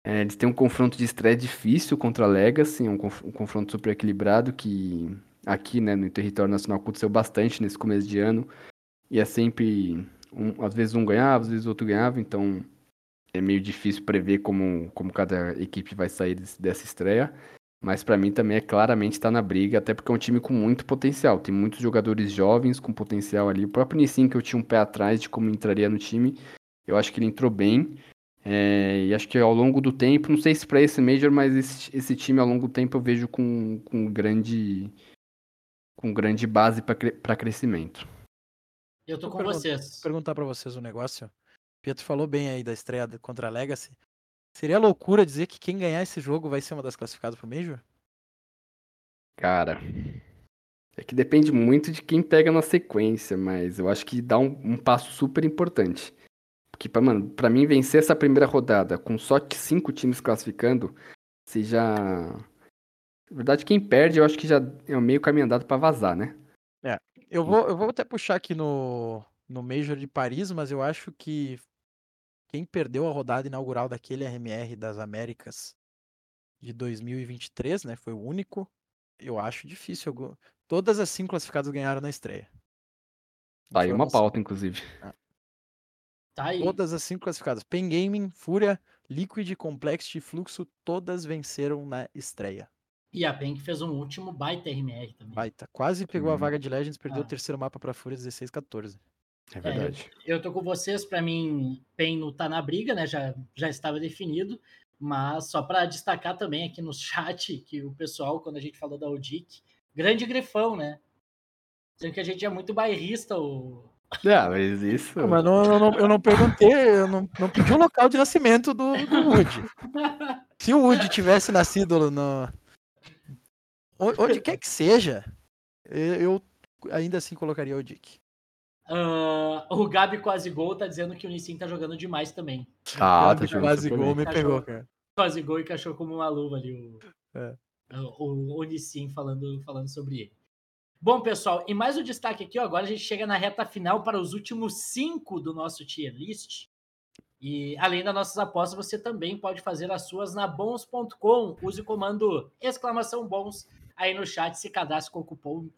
É, eles têm um confronto de estreia difícil contra a Legacy, um, conf- um confronto super equilibrado que aqui né, no território nacional aconteceu bastante nesse começo de ano. E é sempre um- às vezes um ganhava, às vezes outro ganhava, então é meio difícil prever como, como cada equipe vai sair des- dessa estreia. Mas pra mim também é claramente tá na briga, até porque é um time com muito potencial. Tem muitos jogadores jovens com potencial ali. O próprio Nissin, que eu tinha um pé atrás de como entraria no time, eu acho que ele entrou bem. É, e acho que ao longo do tempo, não sei se pra esse Major, mas esse, esse time ao longo do tempo eu vejo com, com grande com grande base pra cre- pra crescimento. Eu tô Eu com pergunto- vocês. Perguntar pra vocês um negócio. Pietro falou bem aí da estreia do- contra a Legacy. Seria loucura dizer que quem ganhar esse jogo vai ser uma das classificadas pro Major? Cara, é que depende muito de quem pega na sequência, mas eu acho que dá um, um passo super importante. Porque, pra, mano, pra mim vencer essa primeira rodada com só que cinco times classificando, você já. Na verdade, quem perde, eu acho que já é meio caminho andado pra vazar, né? Eu vou, eu vou até puxar aqui no, no Major de Paris, mas eu acho que quem perdeu a rodada inaugural daquele RMR das Américas de 2023, né? Foi o único. Eu acho difícil. algum- Todas as cinco classificadas ganharam na estreia. Tá aí uma Informação. pauta, inclusive. Tá aí. Todas as cinco classificadas. Pen Gaming, Fúria, Liquid, Complexity e Fluxo, todas venceram na estreia. E a PEN que fez um último baita RMR também. Baita. Quase pegou a Hum. vaga de Legends, perdeu Ah. o terceiro mapa pra Fúria 16-14. É verdade. Eu tô com vocês, pra mim, PEN não tá na briga, né? Já, já estava definido. Mas só pra destacar também aqui no chat que o pessoal, quando a gente falou da Odic, grande grifão, né? Sendo que a gente é muito bairrista, o. (laughs) Ah, mas isso. Ah, mas não- não- não- eu não perguntei, eu não, não pedi o local de nascimento do, do Woody. Se o Woody tivesse nascido no. o- Onde quer que seja, eu eu ainda assim colocaria o Dick. Ah, o Gabi Quase Gol tá dizendo que o Nissin tá jogando demais também. Ah, Quando tá jogando quase super gol bem. me pegou, cara. Quase Gol encaixou como uma luva ali o, É. o, o Nissin falando, falando sobre ele. Bom, pessoal, e mais um destaque aqui, ó, agora a gente chega na reta final para os últimos cinco do nosso tier list. E além das nossas apostas, você também pode fazer as suas na bons.com. Use o comando exclamação bons aí no chat, se cadastre com o cupom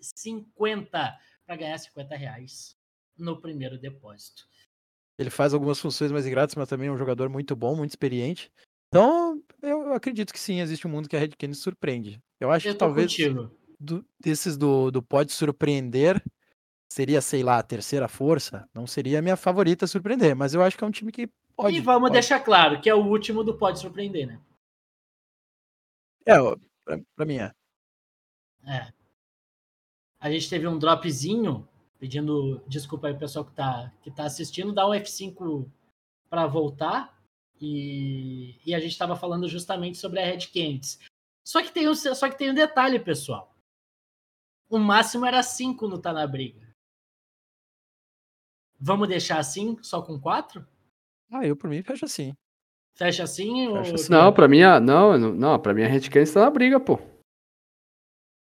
DRAFT50 para ganhar 50 reais no primeiro depósito. Ele faz algumas funções mais ingratas, mas também é um jogador muito bom, muito experiente. Então, eu acredito que sim, existe um mundo que a Red Kane surpreende. Eu acho Eu que tô talvez. contigo. do- desses do, do pode surpreender seria, sei lá, a terceira força. Não seria a minha favorita a surpreender, mas eu acho que é um time que pode. e vamos pode. deixar claro que é o último do Pode Surpreender, né? É, ó, pra, pra mim é. É. A gente teve um dropzinho, pedindo desculpa aí pro pessoal que tá, que tá assistindo, dá um F5 para voltar. E, e a gente estava falando justamente sobre a Red Candies. Só que tem um, só que tem um detalhe, pessoal. O máximo era 5 no Tá na Briga. Vamos deixar assim, só com 4? Ah, eu por mim fecho assim. Fecha assim? ou- Fecha assim. Não, pra mim, a- não, eu não, não, pra mim a Red Canids tá na briga, pô.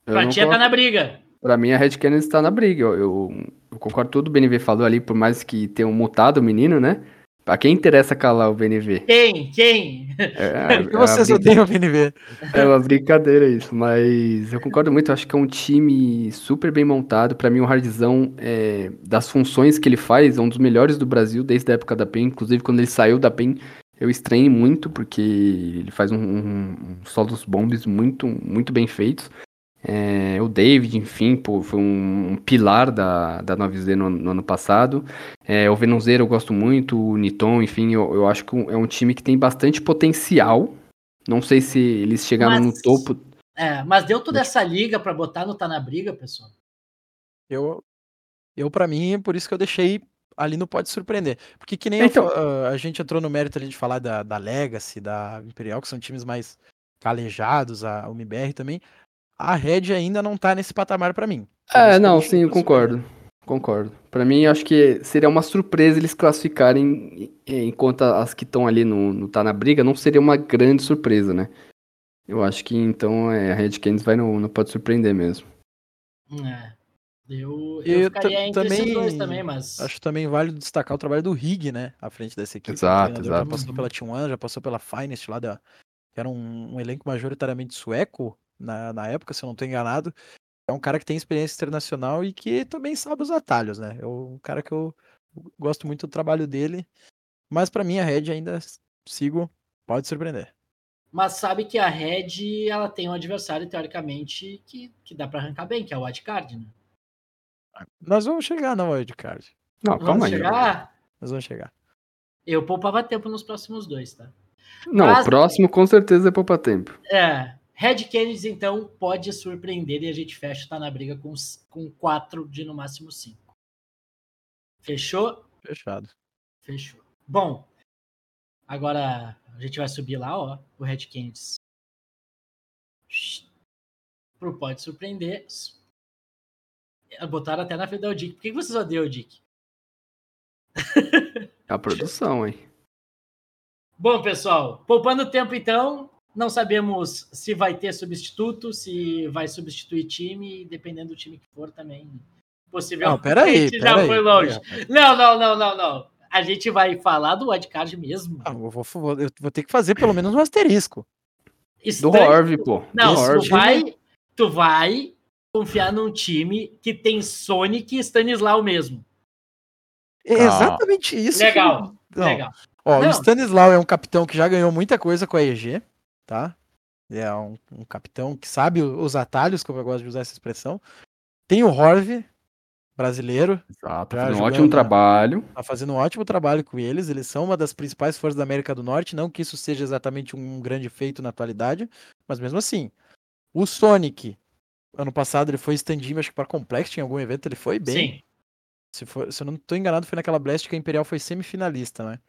Eu Pra não ti é tá coloco- na briga. Pra mim, a Red Canids tá na briga. Eu, eu- eu concordo com tudo que o BNV falou ali, por mais que tenham mutado o menino, né? Pra quem interessa calar o BNV? Quem? Quem? (laughs) É, é Porque uma você só briga- tem (laughs) o PNV. é uma brincadeira isso, mas eu concordo muito. Eu acho que é um time super bem montado. Pra mim, o Hardzão, é, das funções que ele faz, é um dos melhores do Brasil desde a época da PEN. Inclusive, quando ele saiu da PEN, eu estranhei muito, porque ele faz um, um, um solos bombes muito, muito bem feitos. É, o David, enfim, pô, foi um, um pilar da, da 9Z no, no ano passado. É, o Venonzeiro eu gosto muito, o Niton, enfim, eu, eu acho que é um time que tem bastante potencial. Não sei se eles chegaram Mas- no topo. É, mas deu toda essa liga pra botar no Tá na Briga, pessoal. Eu, eu para mim, por isso que eu deixei ali no pode surpreender. Porque que nem eu Então. fa- ah, a gente entrou no mérito ali de falar da, da Legacy, da Imperial, que são times mais calejados, a UMBR também. A Red ainda não tá nesse patamar pra mim. Por isso que É, eu não, deixei sim, eu pra surpreender. concordo. Concordo. Pra mim, eu acho que seria uma surpresa eles classificarem eh, enquanto as que estão ali no, no tá na briga, não seria uma grande surpresa, né? Eu acho que então é, a Red Canids vai no, no pode surpreender mesmo. É. Eu, eu, Eu ficaria tam- entre esses dois também também, mas. Acho também válido destacar o trabalho do Rig, né? À frente dessa equipe. O Exato, treinador exato. Já passou pela T1, já passou pela Finest lá, da, que era um, um elenco majoritariamente sueco na, na época, se eu não estou enganado. É um cara que tem experiência internacional e que também sabe os atalhos, né? É um cara que eu gosto muito do trabalho dele. Mas pra mim, a Red ainda s- sigo, pode surpreender. Mas sabe que a Red ela tem um adversário, teoricamente, que, que dá pra arrancar bem, que é o Wildcard, né? Nós vamos chegar na Wildcard. Não, Ah, calma Vamos aí. chegar? Nós vamos chegar. Eu poupava tempo nos próximos dois, tá? Não, Mas- o próximo com certeza é poupa tempo. É. Red Canids, então, pode surpreender e a gente fecha, tá na briga com, s- com quatro de no máximo cinco. Fechou? Fechado. Fechou. Bom, agora a gente vai subir lá, ó, o Red Candies. Pro Pode Surpreender. Eh, Botaram até na frente da Odic. Por que que vocês odeiam o Dick? É A produção, hein? Bom, pessoal, poupando tempo então, não sabemos se vai ter substituto, se vai substituir time, e dependendo do time que for também. Possivelmente Não, peraí, já peraí. foi longe. Não, não, não, não, não. a gente vai falar do wildcard mesmo. Ah, eu, vou, vou- eu vou ter que fazer pelo menos um asterisco. Do Estranho- Horv, pô. Não, do tu Horv. é vai, tu vai confiar num time que tem Sonic e Stanislau mesmo. É Ah. exatamente isso. que- Legal, Não. Legal. Ó, Não. o Stanislau é um capitão que já ganhou muita coisa com a EG, tá? Ele É um, um capitão que sabe o- os atalhos, como eu gosto de usar essa expressão. Tem o Horv, brasileiro, Ah, tá Já fazendo um jogando, ótimo né? trabalho. tá fazendo um ótimo trabalho com eles. Eles são uma das principais forças da América do Norte. Não que isso seja exatamente um grande feito na atualidade, mas mesmo assim. O Sonic, ano passado ele foi stand-in, acho que para Complex, em algum evento ele foi bem. Sim. Se, for- se eu não tô enganado, foi naquela Blast que a Imperial foi semifinalista, né?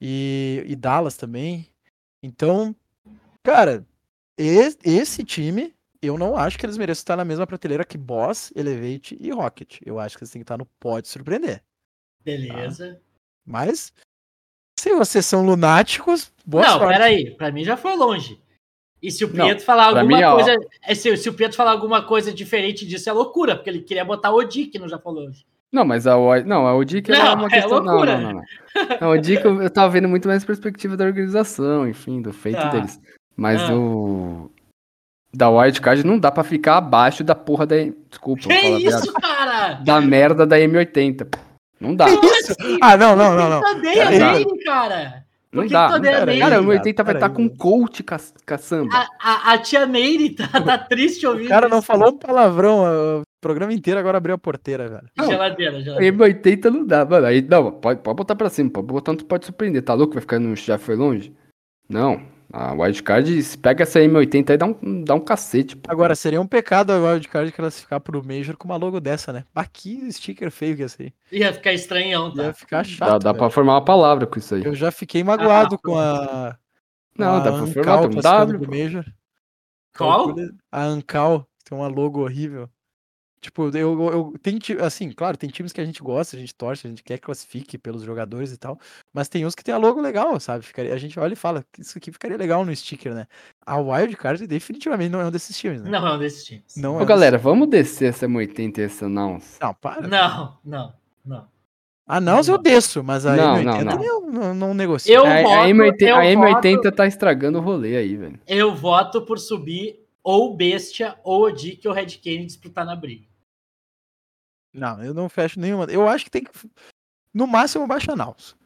E, e Dallas também. Então, cara, es- esse time, eu não acho que eles mereçam estar na mesma prateleira que Boss, Elevate e Rocket. Eu acho que eles têm que estar no pode surpreender. Beleza. Ah, Mas, se vocês são lunáticos, boa não, sorte. peraí, pra mim já foi longe. E se o Não, Pietro falar pra alguma mim, ó. coisa. é, Se, se o Pietro falar alguma coisa diferente disso, é loucura, porque ele queria botar o Dick no Japão hoje. Não, mas a Odi- Não, a Odic é Não, uma é questão. não, loucura. não, não, não. A Odic eu eu tava vendo muito mais perspectiva da organização, enfim, do feito Tá. deles. Mas Ah. o. Da Wildcard não dá pra ficar abaixo da porra da. Desculpa. Que vou falar isso, merda. cara? Assim, Da merda da M80. pô. Não dá. Que isso? Ah, não, não, não, não. Por que que tu odeia Peraí. ele, tá assim, cara? Por Não que dá. que tu odeia Peraí. ele? tá assim. Cara, o Peraí, M80 vai peraí, estar com velho. coach ca- caçamba. A, a- a tia Meire tá, tá triste ouvindo. O cara não isso. falou um palavrão ah, o programa inteiro, agora abriu a porteira, velho. Não. Geladeira, O geladeira. M80 não dá, mano. Aí, não, pode, pode botar pra cima, pode botar, tu pode surpreender. Tá louco? Vai ficar no. Já foi longe? Não. A Wildcard, se pega essa M80 aí, dá um, dá um cacete, pô. Agora, seria um pecado a Wildcard classificar pro Major com uma logo dessa, né? Ah, que sticker feio que ia ser. Ia ficar estranhão, tá? Ia ficar Dá, chato. dá pra velho. formar uma palavra com isso aí. Eu já fiquei magoado com a. Não, a dá pra Ancal formar, tem um participando W. do pô. Major. um Qual? A Ancal tem uma logo horrível. Tipo, eu, eu tem ti- assim, claro, tem times que a gente gosta, a gente torce, a gente quer que classifique pelos jogadores e tal, mas tem uns que tem a logo legal, sabe? Ficaria, a gente olha e fala, "Que isso aqui ficaria legal no sticker, né? A Wildcard definitivamente não é um desses times, né? Não, é um desses times. Não, Ô, é um galera, vamos descer essa M80 e essa não. desses- Não, para. Não, não, não. A Naus Ah, eu desço, mas a Não, M80 não, não. eu não, não negocio. É, Eu- a, a voto, M80, um a eu M80 tá estragando o rolê aí, velho. Eu voto por subir ou Bestia ou Odick ou Red Kane disputar na briga. Não, eu não fecho nenhuma. Eu acho que tem que. No máximo baixa a Naus.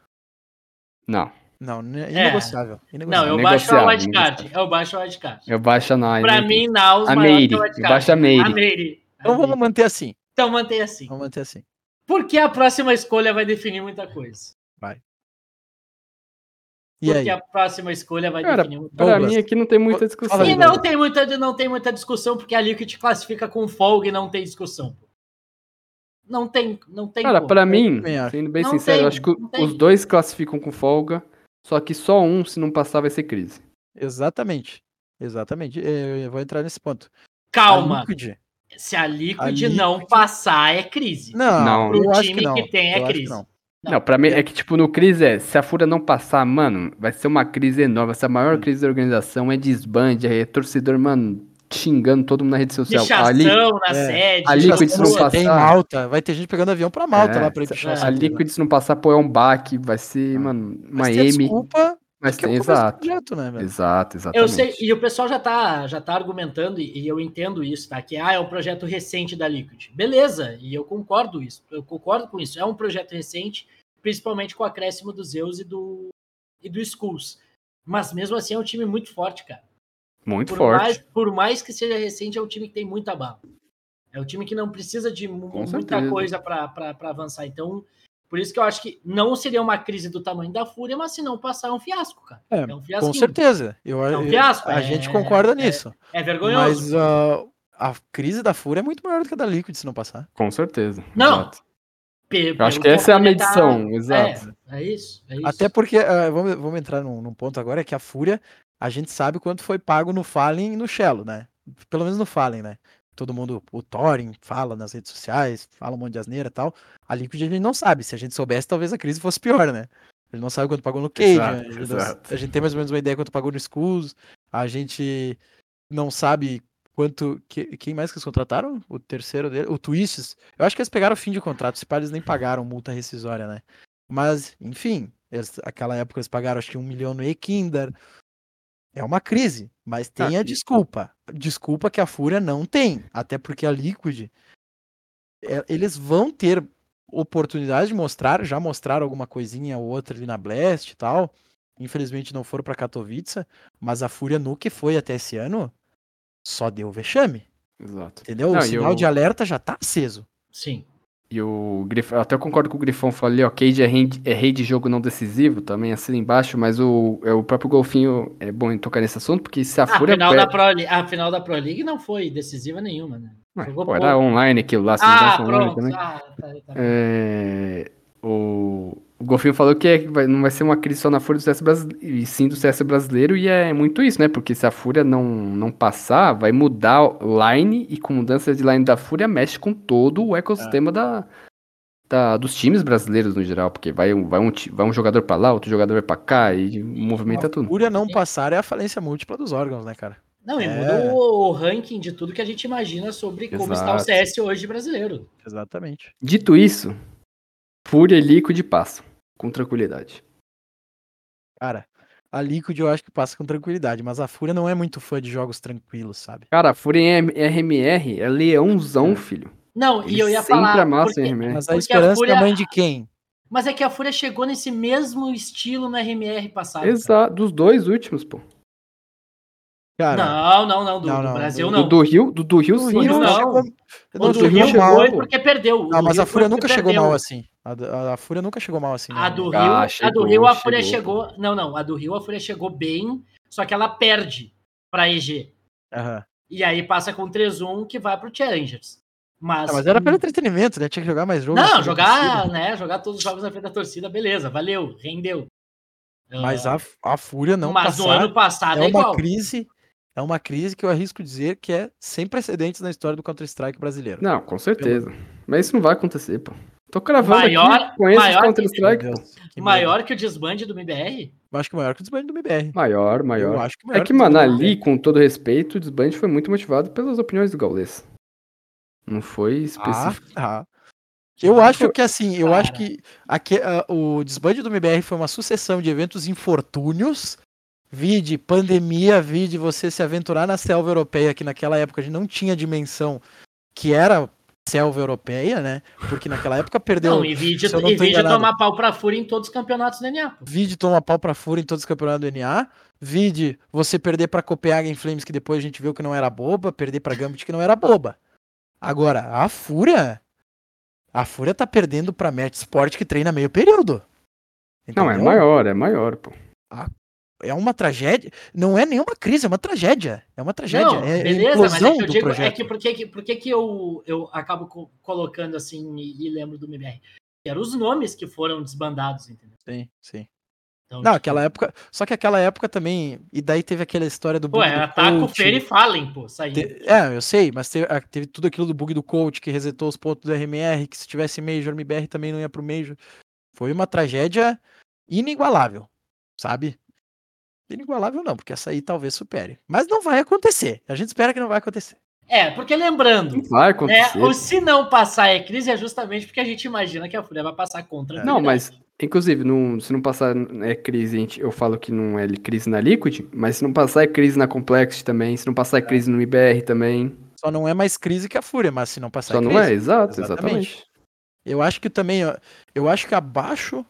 Não, Não, né, É. inegociável. Não, inegociável. eu baixo a negociável, wildcard. Eu baixo a wildcard. eu baixo a Nine. Pra mim, Naus a maior que Meire. a Eu wildcard. baixo a A Meire. Meire. Então vamos manter assim. Então mantém assim. Vamos manter assim. Porque a próxima escolha vai definir muita coisa. E Porque aí? a próxima escolha vai Cara, definir muita Pra Douglas. mim aqui não tem muita discussão. Fala aí, E não tem, muita, não tem muita discussão, porque é ali que te classifica com folga e não tem discussão. Não tem, não tem. Cara, como. pra mim, também acho. sendo bem Não sincero, tem, eu acho que não tem. os dois classificam com folga, só que só um, se não passar, vai ser crise. Exatamente. Exatamente. Eu, eu vou entrar nesse ponto. A Calma. Liquid- Se a Liquid, A Liquid- não passar, é crise. Não, Não. eu Pro acho time que não. que tem é eu acho que crise. não. Não. Não, pra mim é que, tipo, no crise é, se a FURA não passar, mano, vai ser uma crise enorme, vai ser a maior Hum. crise da organização, é desbande, é torcedor, mano, xingando todo mundo na rede social. Ali, Pichação na é, sede. a Já Liquid se não você passar- tem Malta, vai ter gente pegando avião pra Malta É, lá pra ir se- é, pichar. essa a coisa. Liquid se não passar, pô, é um baque, vai ser, Ah. mano, uma Mas tem a M. Desculpa, Mas que é o tem, começo do exato. projeto, né, É velho? Exato, exatamente. Eu sei, e o pessoal já tá, já tá argumentando, e e eu entendo isso, tá? Que ah, é um projeto recente da Liquid. Beleza, e eu concordo isso, eu concordo com isso. É um projeto recente, principalmente com o acréscimo do Zeus e do, e do Skulls. Mas mesmo assim é um time muito forte, cara. Muito por, forte. Mais, por mais que seja recente, é um time que tem muita bala. É um time que não precisa de mu- Com muita certeza. coisa para avançar. Então, por isso que eu acho que não seria uma crise do tamanho da Fúria, mas se não passar, é um fiasco, cara. É, um Com fiasco. certeza. Eu, É um eu- fiasco, a é- gente concorda nisso. É vergonhoso. Mas ah, a crise da FURIA é muito maior do que a da Liquid, se não passar. Com certeza. Não, exato. Pe- Eu acho pelo que essa é a ele tá- medição, exato. É, é isso, é isso. Até porque, ah, vamos, vamos entrar num, num ponto agora, é que a Fúria, a gente sabe quanto foi pago no Fallen e no Shello, né? Pelo menos no Fallen, né? Todo mundo, o Thorin fala nas redes sociais, fala um monte de asneira e tal. A Liquid a gente não sabe. Se a gente soubesse, talvez a crise fosse pior, né? A gente não sabe quanto pagou no Cage, Exato, a, gente, não- exato. a gente tem mais ou menos uma ideia quanto pagou no Skulls, a gente não sabe quanto. que- quem mais que eles contrataram? O terceiro dele, o Twists. Eu acho que eles pegaram o fim de contrato, se pá, eles nem pagaram multa rescisória, né? Mas, enfim, eles, aquela época eles pagaram acho que um milhão no E-Kinder. É uma crise, mas tem a Ah, desculpa. Desculpa que a Fúria não tem. Até porque a Liquid. é, Eles vão ter oportunidade de mostrar, já mostraram alguma coisinha ou outra ali na Blast e tal. Infelizmente não foram para Katowice, mas a Fúria no que foi até esse ano só deu um vexame, Exato. entendeu? Não, o e sinal o- de alerta já tá aceso. Sim. E o Grifão, eu até concordo com o Grifão falou ali, ó, Cage é rei, de- é rei de jogo não decisivo, também assim embaixo, mas o, é, o próprio Golfinho é bom em tocar nesse assunto, porque se a A Fúria Ah, final, perde- da Pro, Li- a final da Pro League não foi decisiva nenhuma, né? Ué, Jogou pô, era pouco. online aquilo lá, se não Ah, tivesse online pronto. também. Ah, tá, tá. É, o, o Golfinho falou que é- que vai- não vai ser uma crise só na Fúria do CS brasileiro, e sim do CS brasileiro, e é muito isso, né? Porque se a Fúria não, não passar, vai mudar o line, e com mudança de line da Fúria, mexe com todo o É. ecossistema da, da- dos times brasileiros no geral, porque vai, um- vai, um, ti- vai um jogador pra lá, outro jogador vai pra cá, e movimenta a tudo. Fúria não passar é a falência múltipla dos órgãos, né, cara? Não, e É. muda o, o ranking de tudo que a gente imagina sobre como está o Exato. CS hoje brasileiro. Exatamente. Dito isso, Fúria é e Liquid passam, com tranquilidade. Cara, a Liquid eu acho que passa com tranquilidade, mas a Fúria não é muito fã de jogos tranquilos, sabe? Cara, a Fúria em RMR é leãozão, filho. Não, Ele e eu ia sempre é falar. amassa porque- o RMR. Mas a Porque a esperança Fúria- da mãe de quem? mas é que a Fúria chegou nesse mesmo estilo no RMR passado. cara. Exato, dos dois últimos, pô. Cara, Não, não, não. Do, Não, do não, Brasil do- não. Do, do Rio, do, do Rio o sim. Rio Rio né? não. chegou- O não do chegou Rio mal. foi porque perdeu. O Não, do mas Rio a Fúria foi nunca porque chegou perdeu. mal assim. A, do- a- a Fúria nunca chegou mal assim. A né? do Rio, Ah, a do chegou, Rio a Fúria chegou. chegou. Não, não. A do Rio a Fúria chegou bem, só que ela perde para EG. Aham. E aí passa com 3-1 que vai pro Challengers. Mas, assim- Ah, mas era pelo entretenimento, né? Tinha que jogar mais jogos. Não, assim, jogar, torcida. né? Jogar todos os jogos na frente da torcida, beleza, valeu, rendeu. Mas Ah, a, a Fúria não mas no passar ano passado é é, uma igual. crise. É uma crise que eu arrisco dizer que é sem precedentes na história do Counter-Strike brasileiro. Não, com certeza. Mas isso não vai acontecer, pô. Tô cravando Maior- aqui, conheço maior os que- Meu Counter-Strike. Deus, que medo. Maior que o desbande do MBR? Eu acho que maior que o desbande do MBR. Maior, maior. Eu acho que né? maior É que, mano, o MBR. ali, com todo respeito, o desbande foi muito motivado pelas opiniões do Gaules. Não foi Ah, específico. ah. Eu acho Pô, que assim, eu cara. acho que aque- ah, o desbande do MBR foi uma sucessão de eventos infortúnios. Vide pandemia, vide você se aventurar na selva europeia, que naquela época a gente não tinha dimensão que era selva europeia, né? Porque naquela época perdeu. Não, e vídeo, se eu não e tô vídeo enganado. tomar pau pra fúria em todos os campeonatos da NA. pô. Vide toma pau pra fúria em todos os campeonatos do NA. Vide você perder pra Copenhagen Flames, que depois a gente viu que não era boba. Perder pra Gambit, que não era boba. Agora, a Fúria. A Fúria tá perdendo pra Match Sport, que treina meio período. Não, é Entendeu? maior, é maior, pô. É uma tragédia. Não é nenhuma crise, é uma tragédia. É uma tragédia. Não, é beleza, mas é implosão que eu do digo, é projeto. que por que, que- por que, que eu, eu acabo co- colocando assim e, e lembro do MBR? Que Eram os nomes que foram desbandados, entendeu? Sim, sim. Então, Não, tipo, aquela época. Só que aquela época também. E daí teve aquela história do. Pô, é bug do era Taco, coach. Feira e Fallen, pô, saindo. Te- É, eu sei, mas teve, a- teve tudo aquilo do bug do coach que resetou os pontos do RMR, que se tivesse Major, MBR também não ia pro Major. Foi uma tragédia inigualável, sabe? Inigualável não, porque essa aí talvez supere. Mas não vai acontecer. A gente espera que não vai acontecer. É, porque lembrando, Não vai É, acontecer. ou se não passar é crise, é justamente porque a gente imagina que a Fúria vai passar contra. a Não, mas, Fúria. inclusive, não- se não passar é crise, a gente- eu falo que não é crise na Liquid, mas se não passar é crise na Complex também, se não passar é crise no IBR também. Só não é mais crise que a Fúria, mas se não passar Só não crise. é, exato, Exatamente. exatamente. Eu acho que também, ó, eu acho que abaixo.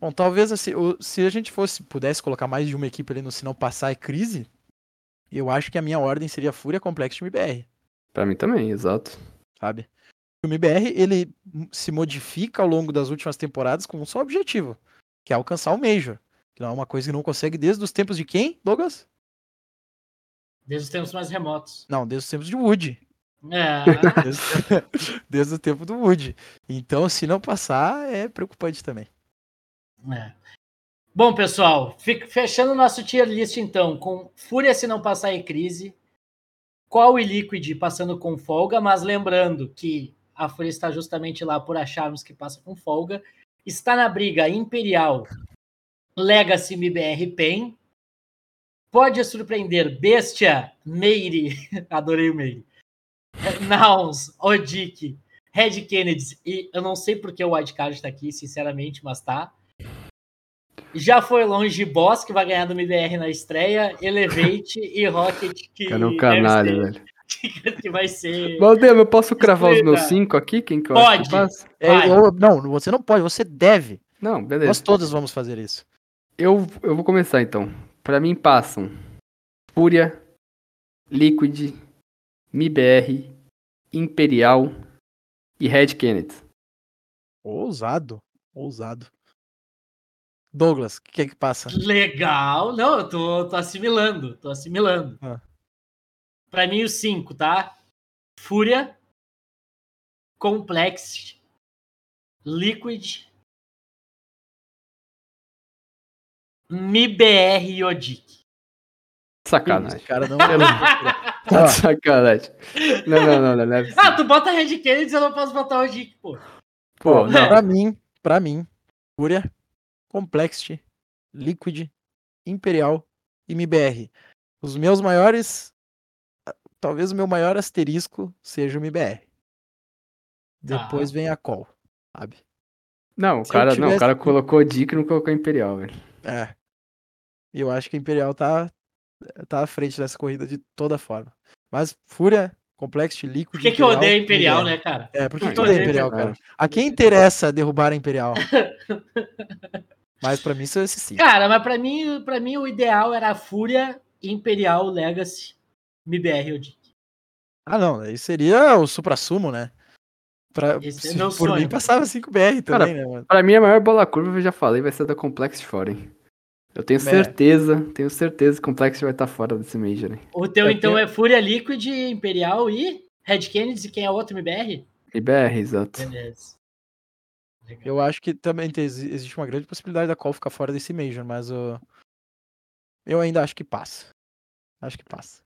Bom, talvez assim, o- se a gente fosse, pudesse colocar mais de uma equipe ali no sinal passar é crise, eu acho que a minha ordem seria Fúria, Complex e MBR. Pra mim também, exato. sabe? O MBR ele m- se modifica ao longo das últimas temporadas com um só objetivo, que é alcançar o Major. Que não é uma coisa que não consegue desde os tempos de quem, Douglas? Desde os tempos mais remotos. Não, desde os tempos (laughs) de Wood. É, Desde, (laughs) desde o tempo do Wood. Então, se não passar, é preocupante também. é. Bom, pessoal, fi- fechando o nosso tier list então, com Fúria se não passar é crise, qual e Liquid passando com folga, mas lembrando que a Fúria está justamente lá por acharmos que passa com folga. Está na briga Imperial, Legacy, MBR, PEN. Pode surpreender (laughs) Bestia, Meire, adorei o Meire, Nouns, Odic, Red Kennedy, e eu não sei porque o Wildcard está aqui, sinceramente, mas tá. Já foi longe Boss, que vai ganhar do MBR na estreia, Elevate e Rocket, que, Cara, é um deve canalha, ser- velho. (laughs) que vai ser. Valdemo, eu posso cravar os meus Escreva. cinco aqui? Quem que eu acho Pode! que passa? É, Vai. ou- não, você não pode, você deve. Não, beleza. Nós todos vamos fazer isso. Eu, eu vou começar então. Pra mim passam Fúria, Liquid, MIBR, Imperial e Red Kennedy. Ousado, ousado. Douglas, o que é que passa? Legal. Não, eu tô, tô assimilando, tô assimilando. Ah. Pra mim, os cinco, tá? Fúria, Complex, Liquid, MIBR e Odic. Sacanagem. (laughs) Esse cara não Tá Ó. de (laughs) sacanagem. Não, não, não, não, não é possível. Ah, tu bota Red Kennedy, eu não posso botar Odic, pô. Pô, não. Pra mim, pra mim, Fúria, Complexity, Liquid, Imperial e MBR. Os meus maiores. Talvez o meu maior asterisco seja o MBR. Ah. Depois vem a Call, sabe? Não, o Se eu cara, não, o tivesse- cara colocou Dick e não colocou Imperial, velho. É. E eu acho que a Imperial tá, tá à frente dessa corrida de toda forma. Mas Fúria, Complexity, Liquid. Por que, que eu odeio e Imperial, MBR. né, cara? É, por que Não, que tu eu odeia odeio Imperial, Imperial. cara? A quem interessa derrubar a Imperial? (laughs) Mas pra mim é são esses cinco. Cara, mas pra mim, pra mim o ideal era Fúria, Imperial, Legacy, MIBR e Odic. Ah, não, aí seria o supra-sumo, né? Pra, Esse é se- meu por mim sonho. passava 5BR também, Cara, né, mano? Pra mim, a maior bola curva, eu já falei, vai ser da Complex fora, hein? Eu tenho É. certeza, tenho certeza que Complex vai estar fora desse Major, hein? O teu, Eu então, tenho- é Fúria Liquid, Imperial e Red Kennedy, e quem é o outro MBR? IBR, exato. Beleza. Legal. Eu acho que também tem- exi- existe uma grande possibilidade da Call ficar fora desse Major, mas eu, eu ainda acho que passa. Acho que passa.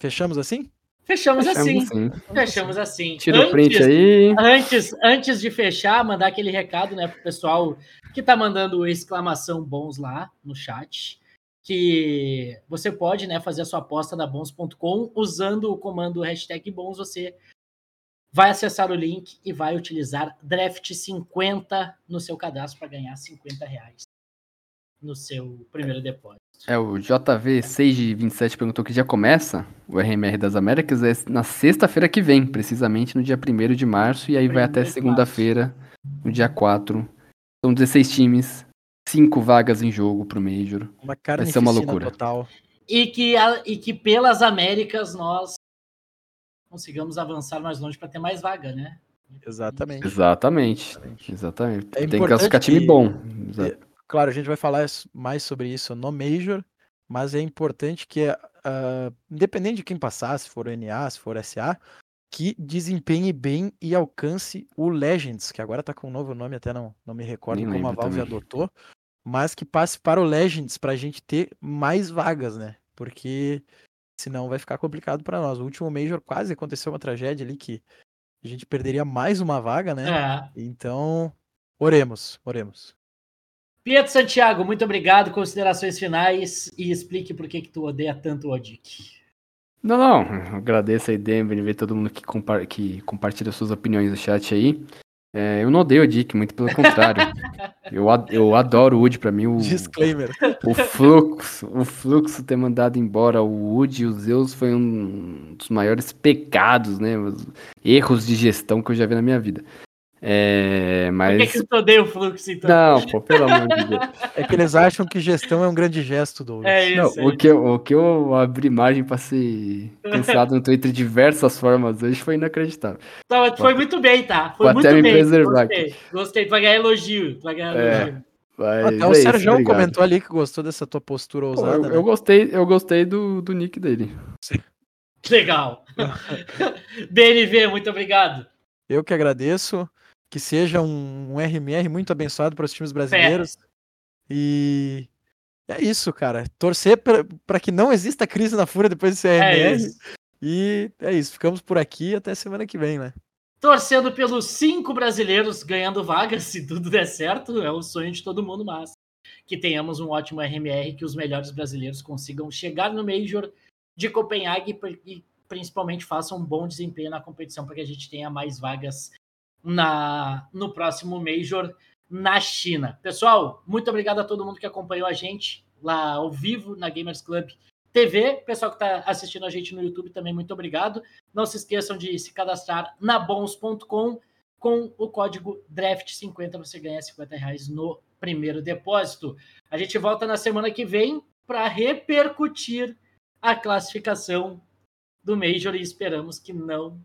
Fechamos assim? Fechamos, assim. Chama assim. Fechamos assim. Tira o print aí. Antes, antes de fechar, mandar aquele recado, né, pro pessoal que tá mandando exclamação bons lá no chat, que você pode, né, fazer a sua aposta na bons.com usando o comando hashtag bons, você vai acessar o link e vai utilizar draft 50 no seu cadastro para ganhar 50 reais no seu primeiro depósito. É, o JV6 de 27 perguntou que dia começa o RMR das Américas. É na sexta-feira que vem, precisamente no dia 1 de março. E aí vai até 1º de segunda-feira, no dia 4. São 16 times, 5 vagas em jogo pro Major. Uma Vai ser carnificina uma loucura. total. E que, a- e que pelas Américas nós consigamos avançar mais longe para ter mais vaga, né? Exatamente. Exatamente. Exatamente. É Tem que classificar importante time que- É, bom. Exato. Claro, a gente vai falar s- mais sobre isso no Major, mas é importante que, ah, independente de quem passar, se for NA, se for SA, que desempenhe bem e alcance o Legends, que agora tá com um novo nome, até não, não me recordo Nem como a lembro Valve também. adotou, mas que passe para o Legends para a gente ter mais vagas, né? Porque senão vai ficar complicado para nós. O último Major quase aconteceu uma tragédia ali que a gente perderia mais uma vaga, né? É. Então, oremos, oremos. Pietro Santiago, muito obrigado. Considerações finais e explique por que, que tu odeia tanto o Odic. Não, não. (laughs) eu Agradeço aí, Denver, e ver todo mundo que, compa- que compartilha suas opiniões no chat aí. É, eu não odeio o Dick, muito pelo (laughs) contrário. eu, ad- eu adoro o Wood, pra mim o, Disclaimer. o fluxo, o fluxo ter mandado embora o Wood e o Zeus foi um dos maiores pecados, né? os erros de gestão que eu já vi na minha vida. É, Por mas que, que tu odeia o fluxo, então? não, pô, pelo amor de (laughs) Deus. É que eles acham que gestão é um grande gesto, Douglas. é Não, isso. é o, que eu, o que eu abri margem pra ser cancelado no Twitter de diversas formas hoje foi inacreditável. isso. Tá, mas tu foi muito bem, tá? Foi vou muito até me bem. preservar Gostei. Gostei. Tu vai ganhar elogio. Tu vai ganhar É, elogio. Mas Até o é isso, Sérgio obrigado. comentou ali que gostou dessa tua postura Pô, ousada. eu, eu né? gostei, eu gostei do, do nick dele. Legal. (laughs) BNV, muito obrigado. Eu que agradeço. Que seja um, um RMR muito abençoado para os times brasileiros. E é isso, cara. Torcer para que não exista crise na Fúria depois desse É RMR. isso. e é isso. Ficamos por aqui até semana que vem, né? Torcendo pelos cinco brasileiros ganhando vaga, (laughs) se tudo der certo, é o sonho de todo mundo, mas que tenhamos um ótimo RMR, que os melhores brasileiros consigam chegar no Major de Copenhague pra- e principalmente façam um bom desempenho na competição para que a gente tenha mais vagas na no próximo Major na China. Pessoal, muito obrigado a todo mundo que acompanhou a gente lá ao vivo na Gamers Club TV. Pessoal que está assistindo a gente no YouTube também, muito obrigado. Não se esqueçam de se cadastrar na bons.com com o código DRAFT50 você ganha 50 reais no primeiro depósito. A gente volta na semana que vem para repercutir a classificação do Major e esperamos que não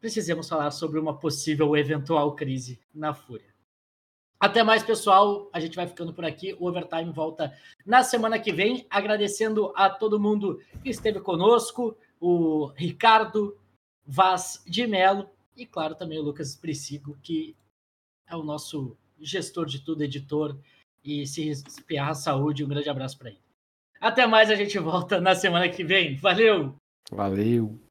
precisemos falar sobre uma possível ou eventual crise na Fúria. Até mais, pessoal. A gente vai ficando por aqui. O Overtime volta na semana que vem. Agradecendo a todo mundo que esteve conosco, o Ricardo Vaz de Melo e, claro, também o Lucas Pricigo, que é o nosso gestor de tudo, editor e se espiar a saúde. Um grande abraço para ele. Até mais, a gente volta na semana que vem. Valeu! Valeu!